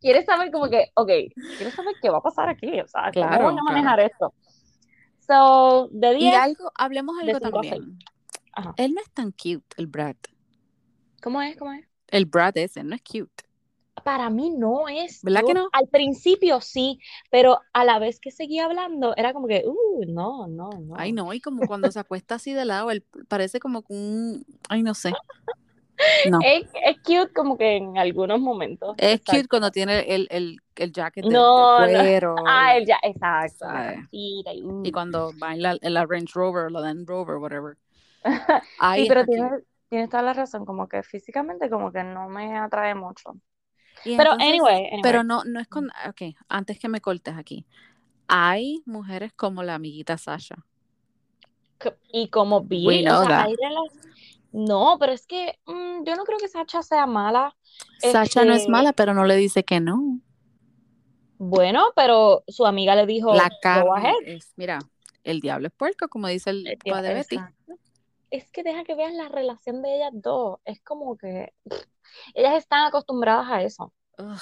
Speaker 1: quieres saber como que, ok, quiero saber qué va a pasar aquí, o sea, cómo
Speaker 2: Claro,
Speaker 1: van a
Speaker 2: claro.
Speaker 1: manejar esto. So, de
Speaker 2: Y
Speaker 1: 10,
Speaker 2: algo, hablemos
Speaker 1: de
Speaker 2: algo
Speaker 1: 5 a 6.
Speaker 2: también.
Speaker 1: Ajá.
Speaker 2: Él no es tan cute, el Brad.
Speaker 1: ¿Cómo es? ¿Cómo es?
Speaker 2: El Brad ese no es cute.
Speaker 1: Para mí no es
Speaker 2: ¿Verdad que
Speaker 1: cute.
Speaker 2: no?
Speaker 1: Al principio sí, pero a la vez que seguía hablando, era como que, uh, no, no,
Speaker 2: Ay,
Speaker 1: no.
Speaker 2: no, y como cuando se acuesta así de lado, él parece como que un, ay, no sé. No.
Speaker 1: Es, es cute como que en algunos momentos.
Speaker 2: Es cute
Speaker 1: Exacto.
Speaker 2: cuando tiene el, el, el jacket de, de
Speaker 1: No, no. <laughs>
Speaker 2: cuero
Speaker 1: Ah,
Speaker 2: y,
Speaker 1: él ya, exacto, la
Speaker 2: ¿sabes?
Speaker 1: camisita y,
Speaker 2: Y
Speaker 1: uh.
Speaker 2: cuando va en la, en la Range Rover, la Land Rover, whatever.
Speaker 1: <laughs> Sí,
Speaker 2: Ahí
Speaker 1: pero
Speaker 2: está cute.
Speaker 1: tienes, tienes toda la razón, como que físicamente como que no me atrae mucho.
Speaker 2: Y
Speaker 1: Pero
Speaker 2: entonces,
Speaker 1: anyway, anyway.
Speaker 2: pero no, no es con, ok, antes que me cortes aquí. Hay mujeres como la amiguita Sasha.
Speaker 1: co- Y como
Speaker 2: We
Speaker 1: Billy, o
Speaker 2: know
Speaker 1: sea,
Speaker 2: that.
Speaker 1: hay relaciones. No, pero es que mm, yo no creo que Sacha sea mala.
Speaker 2: Sasha no es
Speaker 1: Este,
Speaker 2: mala, pero no le dice que no.
Speaker 1: bueno, pero su amiga le
Speaker 2: La
Speaker 1: dijo, go ahead.
Speaker 2: carne es, mira, el diablo es puerco, como dice el
Speaker 1: Eh,
Speaker 2: papá
Speaker 1: ya,
Speaker 2: de Betty.
Speaker 1: Exacto. Es que deja que veas la relación de ellas dos. Es como que ellas están acostumbradas a eso.
Speaker 2: Ugh.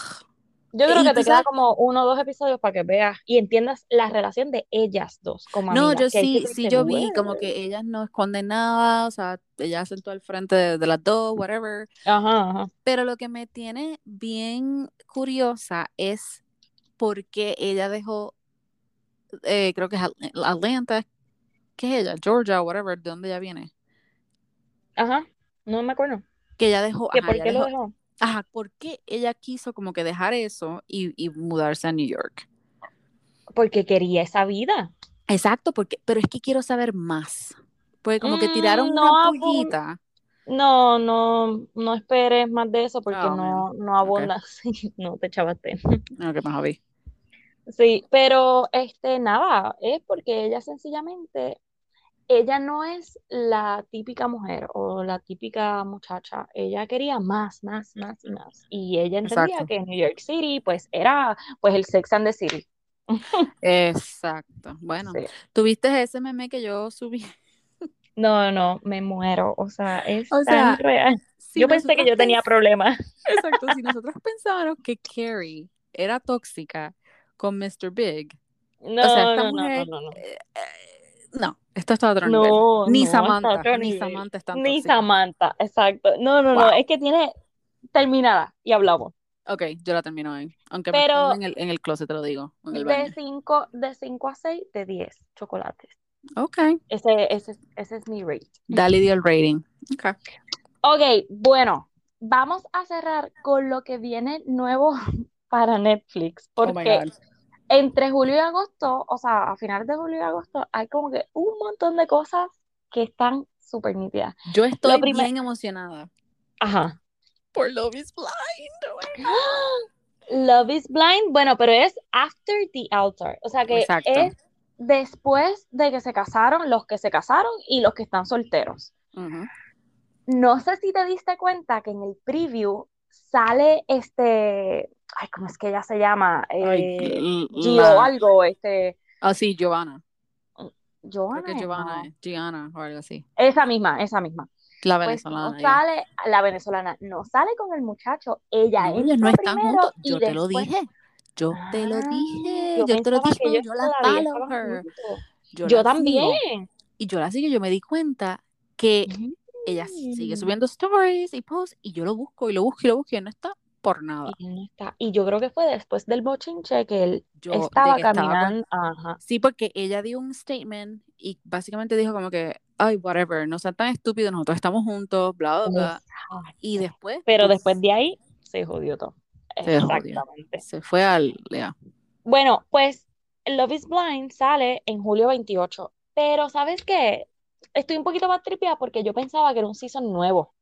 Speaker 1: Yo creo
Speaker 2: Y
Speaker 1: que
Speaker 2: tú
Speaker 1: te queda
Speaker 2: sabes,
Speaker 1: como uno o dos episodios para que veas y entiendas la relación de ellas dos como
Speaker 2: no,
Speaker 1: amigas.
Speaker 2: yo
Speaker 1: Que ahí tú
Speaker 2: sí,
Speaker 1: te
Speaker 2: sí,
Speaker 1: dices,
Speaker 2: yo vi como
Speaker 1: "Wow".
Speaker 2: que ellas no esconden nada, o sea, ellas hacen todo al frente de, de las dos, whatever.
Speaker 1: Ajá, ajá.
Speaker 2: Pero lo que me tiene bien curiosa es por qué ella dejó, eh, creo que es Al- Atlanta, que es ella, Georgia, whatever, de dónde ella viene.
Speaker 1: Ajá. No me acuerdo.
Speaker 2: Que ella dejó,
Speaker 1: ¿Que
Speaker 2: ajá,
Speaker 1: por
Speaker 2: ella
Speaker 1: qué lo
Speaker 2: dejó,
Speaker 1: dejó?
Speaker 2: ajá, ¿por qué ella quiso como que dejar eso y, y mudarse a New York?
Speaker 1: Porque quería esa vida.
Speaker 2: Exacto, porque, pero es que quiero saber más. Porque como que tiraron
Speaker 1: Mm,
Speaker 2: una
Speaker 1: no abun-
Speaker 2: pullita.
Speaker 1: no, no, no esperes más de eso porque
Speaker 2: Oh, man.
Speaker 1: no, no
Speaker 2: Okay.
Speaker 1: abundas, <laughs> no te chavaste.
Speaker 2: Okay, más vi.
Speaker 1: Sí, pero este, nada, es porque ella sencillamente, ella no es la típica mujer o la típica muchacha, ella quería más, más, más y más. Y ella entendía
Speaker 2: Exacto.
Speaker 1: que New York City, pues era, pues el Sex and the City.
Speaker 2: Exacto. Bueno,
Speaker 1: Sí.
Speaker 2: tuviste ese meme que yo subí. <laughs>
Speaker 1: No, no, me muero, o sea, es
Speaker 2: O
Speaker 1: tan
Speaker 2: sea,
Speaker 1: real.
Speaker 2: si
Speaker 1: Yo pensé que
Speaker 2: nosotras
Speaker 1: yo tenía
Speaker 2: pens-
Speaker 1: problemas. <laughs>
Speaker 2: Exacto, si nosotras pensábamos que Carrie era tóxica con Mr. Big, o sea,
Speaker 1: No,
Speaker 2: esta
Speaker 1: no, no, no,
Speaker 2: mujer,
Speaker 1: no, no.
Speaker 2: eh, eh, no, esto está a otro nivel.
Speaker 1: No,
Speaker 2: Ni
Speaker 1: no, hasta
Speaker 2: Samantha,
Speaker 1: otro
Speaker 2: ni
Speaker 1: nivel.
Speaker 2: Samantha es tan
Speaker 1: Ni
Speaker 2: tóxica.
Speaker 1: Samantha, exacto. No, no, no,
Speaker 2: Wow.
Speaker 1: es que tiene terminada y hablamos.
Speaker 2: Ok, yo la termino hoy. Aunque
Speaker 1: Pero-
Speaker 2: me pongan en el, en el closet, te lo digo. o En el
Speaker 1: De
Speaker 2: baño.
Speaker 1: 5 de cinco a 6, de 10 chocolates.
Speaker 2: Ok.
Speaker 1: Ese, ese, ese es mi rate.
Speaker 2: Dale dio el rating. Ok.
Speaker 1: Ok, bueno, vamos a cerrar con lo que viene nuevo <laughs> para Netflix,
Speaker 2: Oh my
Speaker 1: porque
Speaker 2: God.
Speaker 1: entre julio y agosto, o sea, a finales de julio y agosto, hay como que un montón de cosas que están súper nítidas.
Speaker 2: Yo estoy
Speaker 1: Lo primer-
Speaker 2: bien emocionada.
Speaker 1: Ajá.
Speaker 2: Por Love is Blind. oh my
Speaker 1: <gasps>
Speaker 2: God.
Speaker 1: Love is Blind, bueno, pero es After the Altar, o sea que
Speaker 2: Exacto.
Speaker 1: es después de que se casaron, los que se casaron y los que están solteros.
Speaker 2: Ujú.
Speaker 1: No sé si te diste cuenta que en el preview sale este, ay, ¿cómo es que ella se llama?
Speaker 2: Ay,
Speaker 1: Eh,
Speaker 2: l-
Speaker 1: Gio
Speaker 2: la-
Speaker 1: algo, este,
Speaker 2: Ah, sí, Giovanna.
Speaker 1: Joana,
Speaker 2: Creo que
Speaker 1: es,
Speaker 2: Giovanna
Speaker 1: ¿no?
Speaker 2: es. Gianna o algo así.
Speaker 1: Esa misma, esa misma.
Speaker 2: La
Speaker 1: Pues
Speaker 2: venezolana.
Speaker 1: no
Speaker 2: ella.
Speaker 1: sale la venezolana, no sale con el muchacho, ella
Speaker 2: No, ellos no
Speaker 1: entra
Speaker 2: están
Speaker 1: primero
Speaker 2: juntos.
Speaker 1: y
Speaker 2: Yo te lo
Speaker 1: después-
Speaker 2: dije. Yo te lo
Speaker 1: Ah,
Speaker 2: dije.
Speaker 1: yo
Speaker 2: Yo, te
Speaker 1: pensaba
Speaker 2: lo dije.
Speaker 1: que ellos
Speaker 2: yo la
Speaker 1: todavía
Speaker 2: follow
Speaker 1: estaban
Speaker 2: her.
Speaker 1: juntos.
Speaker 2: Yo,
Speaker 1: Yo
Speaker 2: la
Speaker 1: también.
Speaker 2: sigo. Y yo la sigo. Yo me di cuenta que ella sigue
Speaker 1: Mm.
Speaker 2: subiendo stories y posts. Y yo lo busco y lo busco y lo busco. Y no está por nada.
Speaker 1: Y él no está. Y yo creo que fue después del bochinche que él
Speaker 2: Yo, de
Speaker 1: estaba
Speaker 2: que estaba con-
Speaker 1: caminando. Ajá.
Speaker 2: Sí, porque ella dio un statement y básicamente dijo como que, ay, whatever, no sean tan estúpidos, nosotros estamos juntos, bla, bla, bla.
Speaker 1: Exacto.
Speaker 2: Y después,
Speaker 1: Pero
Speaker 2: pues,
Speaker 1: después de ahí se jodió todo.
Speaker 2: Se jodió.
Speaker 1: Exactamente.
Speaker 2: se fue al... ya.
Speaker 1: Bueno, pues Love is Blind sale en julio 28. Pero ¿sabes qué? Estoy un poquito más tripeada porque yo pensaba que era un season nuevo.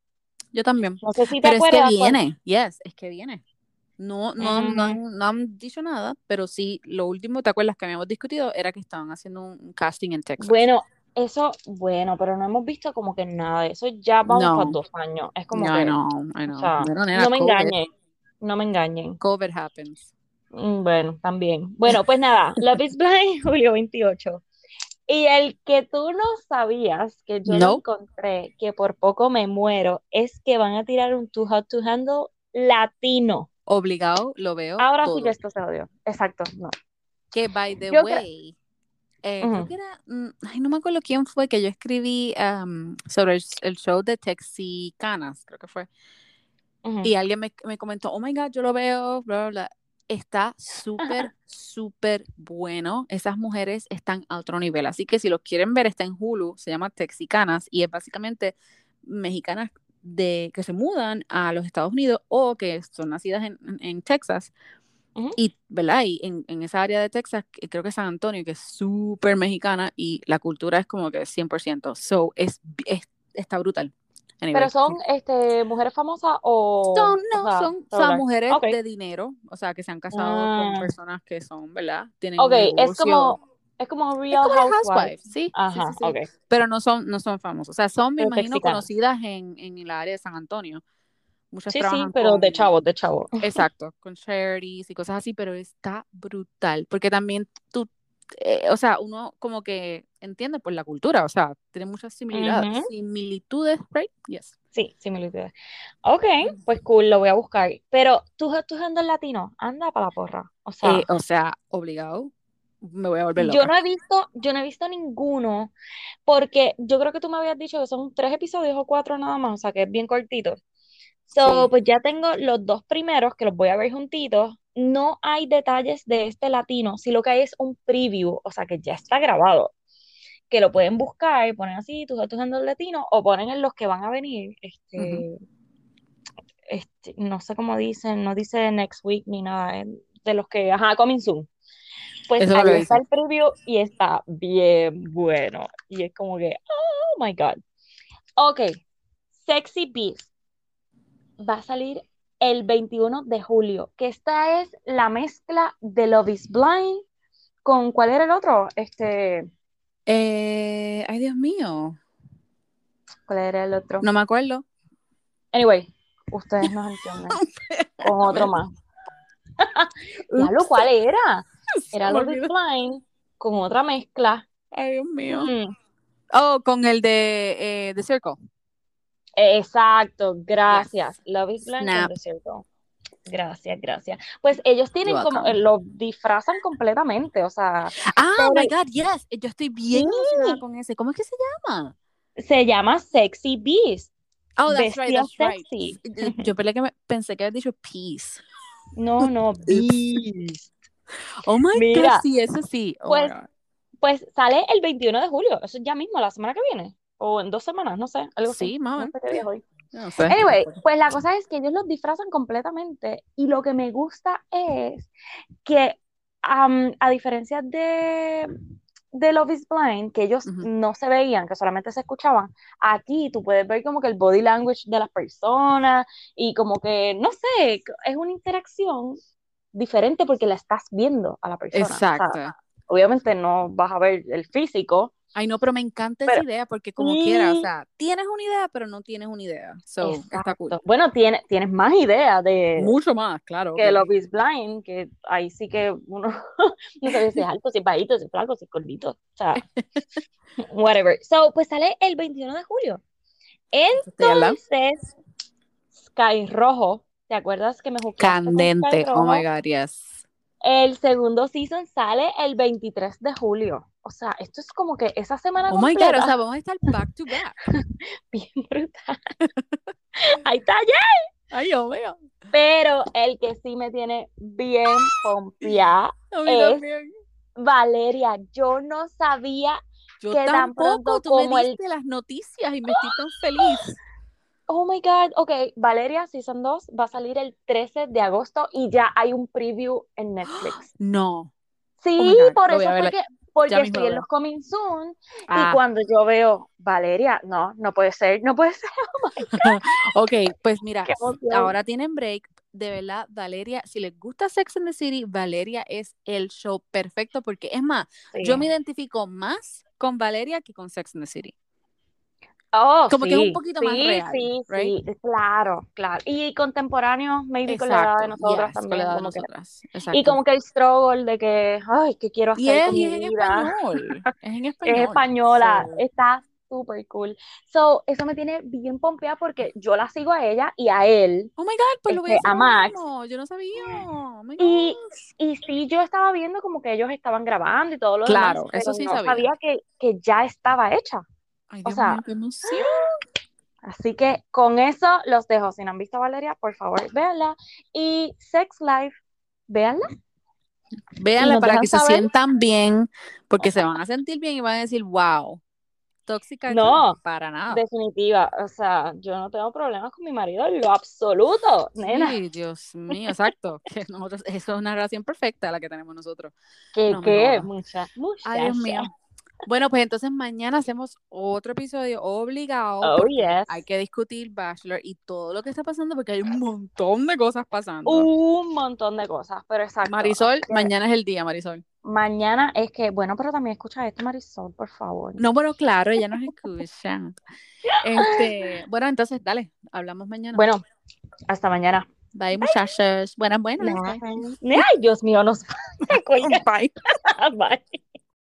Speaker 2: Yo también.
Speaker 1: No sé si te
Speaker 2: Pero es que
Speaker 1: acuerdas pues, Mm. cuando-
Speaker 2: viene, yes, es que viene. No, no, han- no, han, no han dicho nada, pero sí, lo último, ¿te acuerdas que habíamos discutido? Era que estaban haciendo un casting en Texas.
Speaker 1: Bueno, eso, bueno, pero no hemos visto como que nada de eso. Ya vamos
Speaker 2: No.
Speaker 1: para dos años. Es como
Speaker 2: no, I
Speaker 1: que,
Speaker 2: know, I
Speaker 1: o
Speaker 2: know.
Speaker 1: sea,
Speaker 2: Bueno, nena,
Speaker 1: no me
Speaker 2: COVID,
Speaker 1: engañen. No me engañen.
Speaker 2: COVID happens.
Speaker 1: Mm, Bueno, también. Bueno, pues nada, Love is Blind, julio 28. Y el que tú no sabías, que yo lo
Speaker 2: No.
Speaker 1: encontré, que por poco me muero, es que van a tirar un Too Hot to Handle latino.
Speaker 2: Obligado, lo veo
Speaker 1: Ahora sí
Speaker 2: todo.
Speaker 1: que esto se odió. Exacto, no.
Speaker 2: Que by the
Speaker 1: Yo creo-
Speaker 2: way, eh,
Speaker 1: Ujú.
Speaker 2: creo que era, mm, ay, no me acuerdo quién fue que yo escribí am, sobre el, s- el show de Texicanas, creo que fue.
Speaker 1: Ujú.
Speaker 2: Y alguien me, me comentó, oh my God, yo lo veo, bla, bla, bla. Está súper, súper bueno. Esas mujeres están a otro nivel. Así que si los quieren ver, está en Hulu, se llama Texicanas y es básicamente mexicanas de, que se mudan a los Estados Unidos o que son nacidas en- en- en Texas.
Speaker 1: Ujú.
Speaker 2: Y, ¿verdad? Y en, en esa área de Texas, que creo que San Antonio, que es súper mexicana y la cultura es como que 100%. So, es, bi- es- está brutal. Anyway.
Speaker 1: Pero son este, mujeres famosas o,
Speaker 2: Son,
Speaker 1: o
Speaker 2: no,
Speaker 1: sea,
Speaker 2: son, son
Speaker 1: regular.
Speaker 2: mujeres
Speaker 1: Ok.
Speaker 2: de dinero, o sea, que se han casado con
Speaker 1: Ah,
Speaker 2: personas que son, ¿verdad? Tienen
Speaker 1: ok,
Speaker 2: un
Speaker 1: es
Speaker 2: negocio.
Speaker 1: como, es como
Speaker 2: Es
Speaker 1: Real
Speaker 2: como una
Speaker 1: Housewives.
Speaker 2: housewife, ¿sí? Sí, sí, Pues
Speaker 1: Ajá,
Speaker 2: sí.
Speaker 1: ok.
Speaker 2: Pero no son, no son famosos. O sea, son, me
Speaker 1: Pero
Speaker 2: imagino,
Speaker 1: texicanas.
Speaker 2: conocidas en, en el área de San Antonio. Muchas
Speaker 1: Sí, sí,
Speaker 2: trabajan
Speaker 1: pero de
Speaker 2: con,
Speaker 1: chavos, de chavos.
Speaker 2: Exacto, con charities y cosas así, pero está brutal, porque también tú, eh, o sea, uno como que entiende pues la cultura, o sea, tiene muchas similitudes,
Speaker 1: Ujú.
Speaker 2: similitudes, right? Yes.
Speaker 1: Sí, similitudes. Ok, pues cool, lo voy a buscar. Pero tú, tú andas latino, anda para la porra. O
Speaker 2: Eh,
Speaker 1: sea,
Speaker 2: o sea, obligado, me voy a volver
Speaker 1: Ah. yo
Speaker 2: loca.
Speaker 1: no he visto, yo no he visto ninguno, porque yo creo que tú me habías dicho que son tres episodios o cuatro nada más, o sea que es bien cortito. So,
Speaker 2: Sí.
Speaker 1: pues ya tengo los dos primeros que los voy a ver juntitos. No hay detalles de este latino, si lo que hay es un preview, o sea que ya está grabado, que lo pueden buscar, ponen así, tus datos en el latino, o ponen en los que van a venir,
Speaker 2: Ujú.
Speaker 1: este, este, no sé cómo dicen, no dice next week ni nada, eh, de los que, ajá, coming soon. Pues
Speaker 2: Eso es lo
Speaker 1: ahí
Speaker 2: que
Speaker 1: está
Speaker 2: dice.
Speaker 1: el preview y está bien bueno. Y es como que, oh my God. Ok, Sexy Beast va a salir el 21 de julio, que esta es la mezcla de Love is Blind con, ¿cuál era el otro? Este,
Speaker 2: Eh, ay, Dios mío,
Speaker 1: ¿cuál era el otro?
Speaker 2: no me acuerdo. <laughs>
Speaker 1: Anyway, ustedes nos entienden, con otro más. <laughs> Diablo,
Speaker 2: Ups,
Speaker 1: ¿cuál era?
Speaker 2: se
Speaker 1: Era
Speaker 2: me
Speaker 1: Love is
Speaker 2: olvidó.
Speaker 1: Blind con otra mezcla.
Speaker 2: Ay, Dios
Speaker 1: <laughs>
Speaker 2: mío.
Speaker 1: Mm,
Speaker 2: Oh, con el de eh, The Circle.
Speaker 1: exacto, gracias.
Speaker 2: Yes.
Speaker 1: Love is Blind con
Speaker 2: Snap.
Speaker 1: The Circle. Gracias, gracias. Pues ellos
Speaker 2: You're
Speaker 1: tienen como, eh,
Speaker 2: welcome.
Speaker 1: lo disfrazan completamente, o sea,
Speaker 2: Ah,
Speaker 1: pero
Speaker 2: my God, yes. Yo estoy bien emocionada
Speaker 1: sí,
Speaker 2: con ese. ¿Cómo es que se llama?
Speaker 1: se llama Sexy Beast.
Speaker 2: Oh, that's right,
Speaker 1: Bestia
Speaker 2: that's right.
Speaker 1: sexy. <laughs>
Speaker 2: Yo peleé que me- pensé que había dicho peace.
Speaker 1: No, no, Beast.
Speaker 2: Oh my
Speaker 1: Mira.
Speaker 2: god, sí, eso sí. Oh
Speaker 1: Pues-
Speaker 2: my God.
Speaker 1: Pues sale el 21 de julio, eso es ya mismo, la semana que viene, o en dos semanas, no sé, algo así.
Speaker 2: Sí, mamá.
Speaker 1: No sé qué día es hoy.
Speaker 2: <laughs> No sé.
Speaker 1: Anyway, pues la cosa es que ellos los disfrazan completamente y lo que me gusta es que am, a diferencia de, de Love is Blind, que ellos
Speaker 2: Ujú.
Speaker 1: no se veían, que solamente se escuchaban, aquí tú puedes ver como que el body language de las personas y como que, no sé, es una interacción diferente porque la estás viendo a la persona. O sea,
Speaker 2: Exacto.
Speaker 1: obviamente no vas a ver el físico.
Speaker 2: Ay, no, pero me encanta
Speaker 1: Pero-
Speaker 2: esa idea porque como quiera, o
Speaker 1: Sí.
Speaker 2: sea, tienes una idea, pero no tienes una idea. So, está cool.
Speaker 1: Exacto. Bueno, tiene- tienes más idea de,
Speaker 2: Mucho más, claro.
Speaker 1: que
Speaker 2: obvio.
Speaker 1: Love is Blind, que ahí sí que uno <laughs> no sabe si es alto, si es bajito, si es flaco, si es gordito, o
Speaker 2: <laughs>
Speaker 1: sea, whatever. So, pues sale el 21 de julio.
Speaker 2: Estoy al lado.
Speaker 1: Entonces, Sky Rojo, ¿te acuerdas que me jugaste
Speaker 2: Candente. Oh my god, yes.
Speaker 1: El segundo season sale el 23 de julio. O sea, esto es como que esa semana
Speaker 2: Oh my god, o
Speaker 1: completa,
Speaker 2: sea, vamos a estar back to back.
Speaker 1: <laughs> bien brutal. Ahí está ya.
Speaker 2: <laughs> Ay, oh my god.
Speaker 1: Pero el que sí me tiene bien pompeada,
Speaker 2: A mí
Speaker 1: Es-
Speaker 2: también.
Speaker 1: Valeria. Yo no sabía
Speaker 2: Yo
Speaker 1: que tan
Speaker 2: tampoco,
Speaker 1: pronto
Speaker 2: tú me
Speaker 1: como el-
Speaker 2: diste las noticias y me estoy tan feliz.
Speaker 1: Oh my God, ok, Valeria Season 2 va a salir el 13 de agosto y ya hay un preview en
Speaker 2: <gasps>
Speaker 1: Netflix.
Speaker 2: No.
Speaker 1: Sí,
Speaker 2: my Oh God,
Speaker 1: por
Speaker 2: lo voy
Speaker 1: eso
Speaker 2: a
Speaker 1: fue
Speaker 2: ver la-
Speaker 1: que, porque
Speaker 2: ya mismo
Speaker 1: estoy
Speaker 2: lo
Speaker 1: en
Speaker 2: veo.
Speaker 1: los coming soon y
Speaker 2: Ah,
Speaker 1: cuando yo veo Valeria, no, no puede ser, no puede ser.
Speaker 2: ok, pues mira,
Speaker 1: Qué emoción.
Speaker 2: ahora tienen break. De verdad, Valeria, si les gusta Sex and the City, Valeria es el show perfecto porque es más, <laughs> yo me identifico más con Valeria que con Sex and the City.
Speaker 1: Oh,
Speaker 2: como que es un
Speaker 1: sí,
Speaker 2: poquito más
Speaker 1: sí,
Speaker 2: real,
Speaker 1: Sí,
Speaker 2: right?
Speaker 1: sí, claro, claro. Y contemporáneos, maybe con la edad de
Speaker 2: Exacto,
Speaker 1: nosotras
Speaker 2: yes, con
Speaker 1: también.
Speaker 2: la edad de
Speaker 1: como que-
Speaker 2: nosotras,
Speaker 1: y
Speaker 2: exacto.
Speaker 1: como que el struggle de que, ay, ¿qué quiero hacer
Speaker 2: Y es,
Speaker 1: con
Speaker 2: y
Speaker 1: mi
Speaker 2: es en
Speaker 1: vida?
Speaker 2: español, es en español.
Speaker 1: <laughs> Es española,
Speaker 2: so-
Speaker 1: está súper cool. So, eso me tiene bien pompeada porque yo la sigo a ella y a él.
Speaker 2: Oh my god, pues lo voy a
Speaker 1: Este,
Speaker 2: hacer
Speaker 1: a
Speaker 2: ahora
Speaker 1: Max.
Speaker 2: mismo. Yo no sabía. Oh my
Speaker 1: Y-
Speaker 2: gosh.
Speaker 1: Y sí, yo estaba viendo como que ellos estaban grabando y todo lo demás,
Speaker 2: Claro,
Speaker 1: pero
Speaker 2: eso sí
Speaker 1: no
Speaker 2: sabía.
Speaker 1: que, que ya estaba hecha.
Speaker 2: Ay,
Speaker 1: o
Speaker 2: Dios
Speaker 1: sea-
Speaker 2: mío, qué emoción.
Speaker 1: Así que con eso los dejo. Si no han visto a Valeria, por favor, véanla. Y Sex Life, véanla.
Speaker 2: Véanla
Speaker 1: nos
Speaker 2: para
Speaker 1: dejan
Speaker 2: que se
Speaker 1: saber.
Speaker 2: sientan bien, porque se van a sentir bien y van a decir, wow, tóxica
Speaker 1: No,
Speaker 2: para nada.
Speaker 1: Definitiva. O sea, yo no tengo problemas con mi marido en lo absoluto, nena.
Speaker 2: Sí, Dios mío, exacto. Que nosotros, eso es una relación perfecta la que tenemos nosotros.
Speaker 1: Que
Speaker 2: No me
Speaker 1: qué,
Speaker 2: jodas.
Speaker 1: mucha,
Speaker 2: Ay, Dios mío.
Speaker 1: muchacha.
Speaker 2: Bueno, pues entonces mañana hacemos otro episodio obligado
Speaker 1: Oh,
Speaker 2: porque
Speaker 1: yes.
Speaker 2: hay que discutir Bachelor y todo lo que está pasando porque hay un montón de cosas pasando.
Speaker 1: Un montón de cosas, pero Uh, exacto.
Speaker 2: Marisol,
Speaker 1: así que
Speaker 2: mañana es el día, Marisol.
Speaker 1: Mañana es que, bueno, pero también escucha esto, Marisol, por favor.
Speaker 2: No, bueno, claro, ella nos escucha. Este, bueno, entonces dale, hablamos mañana.
Speaker 1: Bueno, hasta mañana.
Speaker 2: Bye, muchachos. Buenas, buenas.
Speaker 1: <laughs> Ay, Dios mío, nos.
Speaker 2: Bye.
Speaker 1: Bye.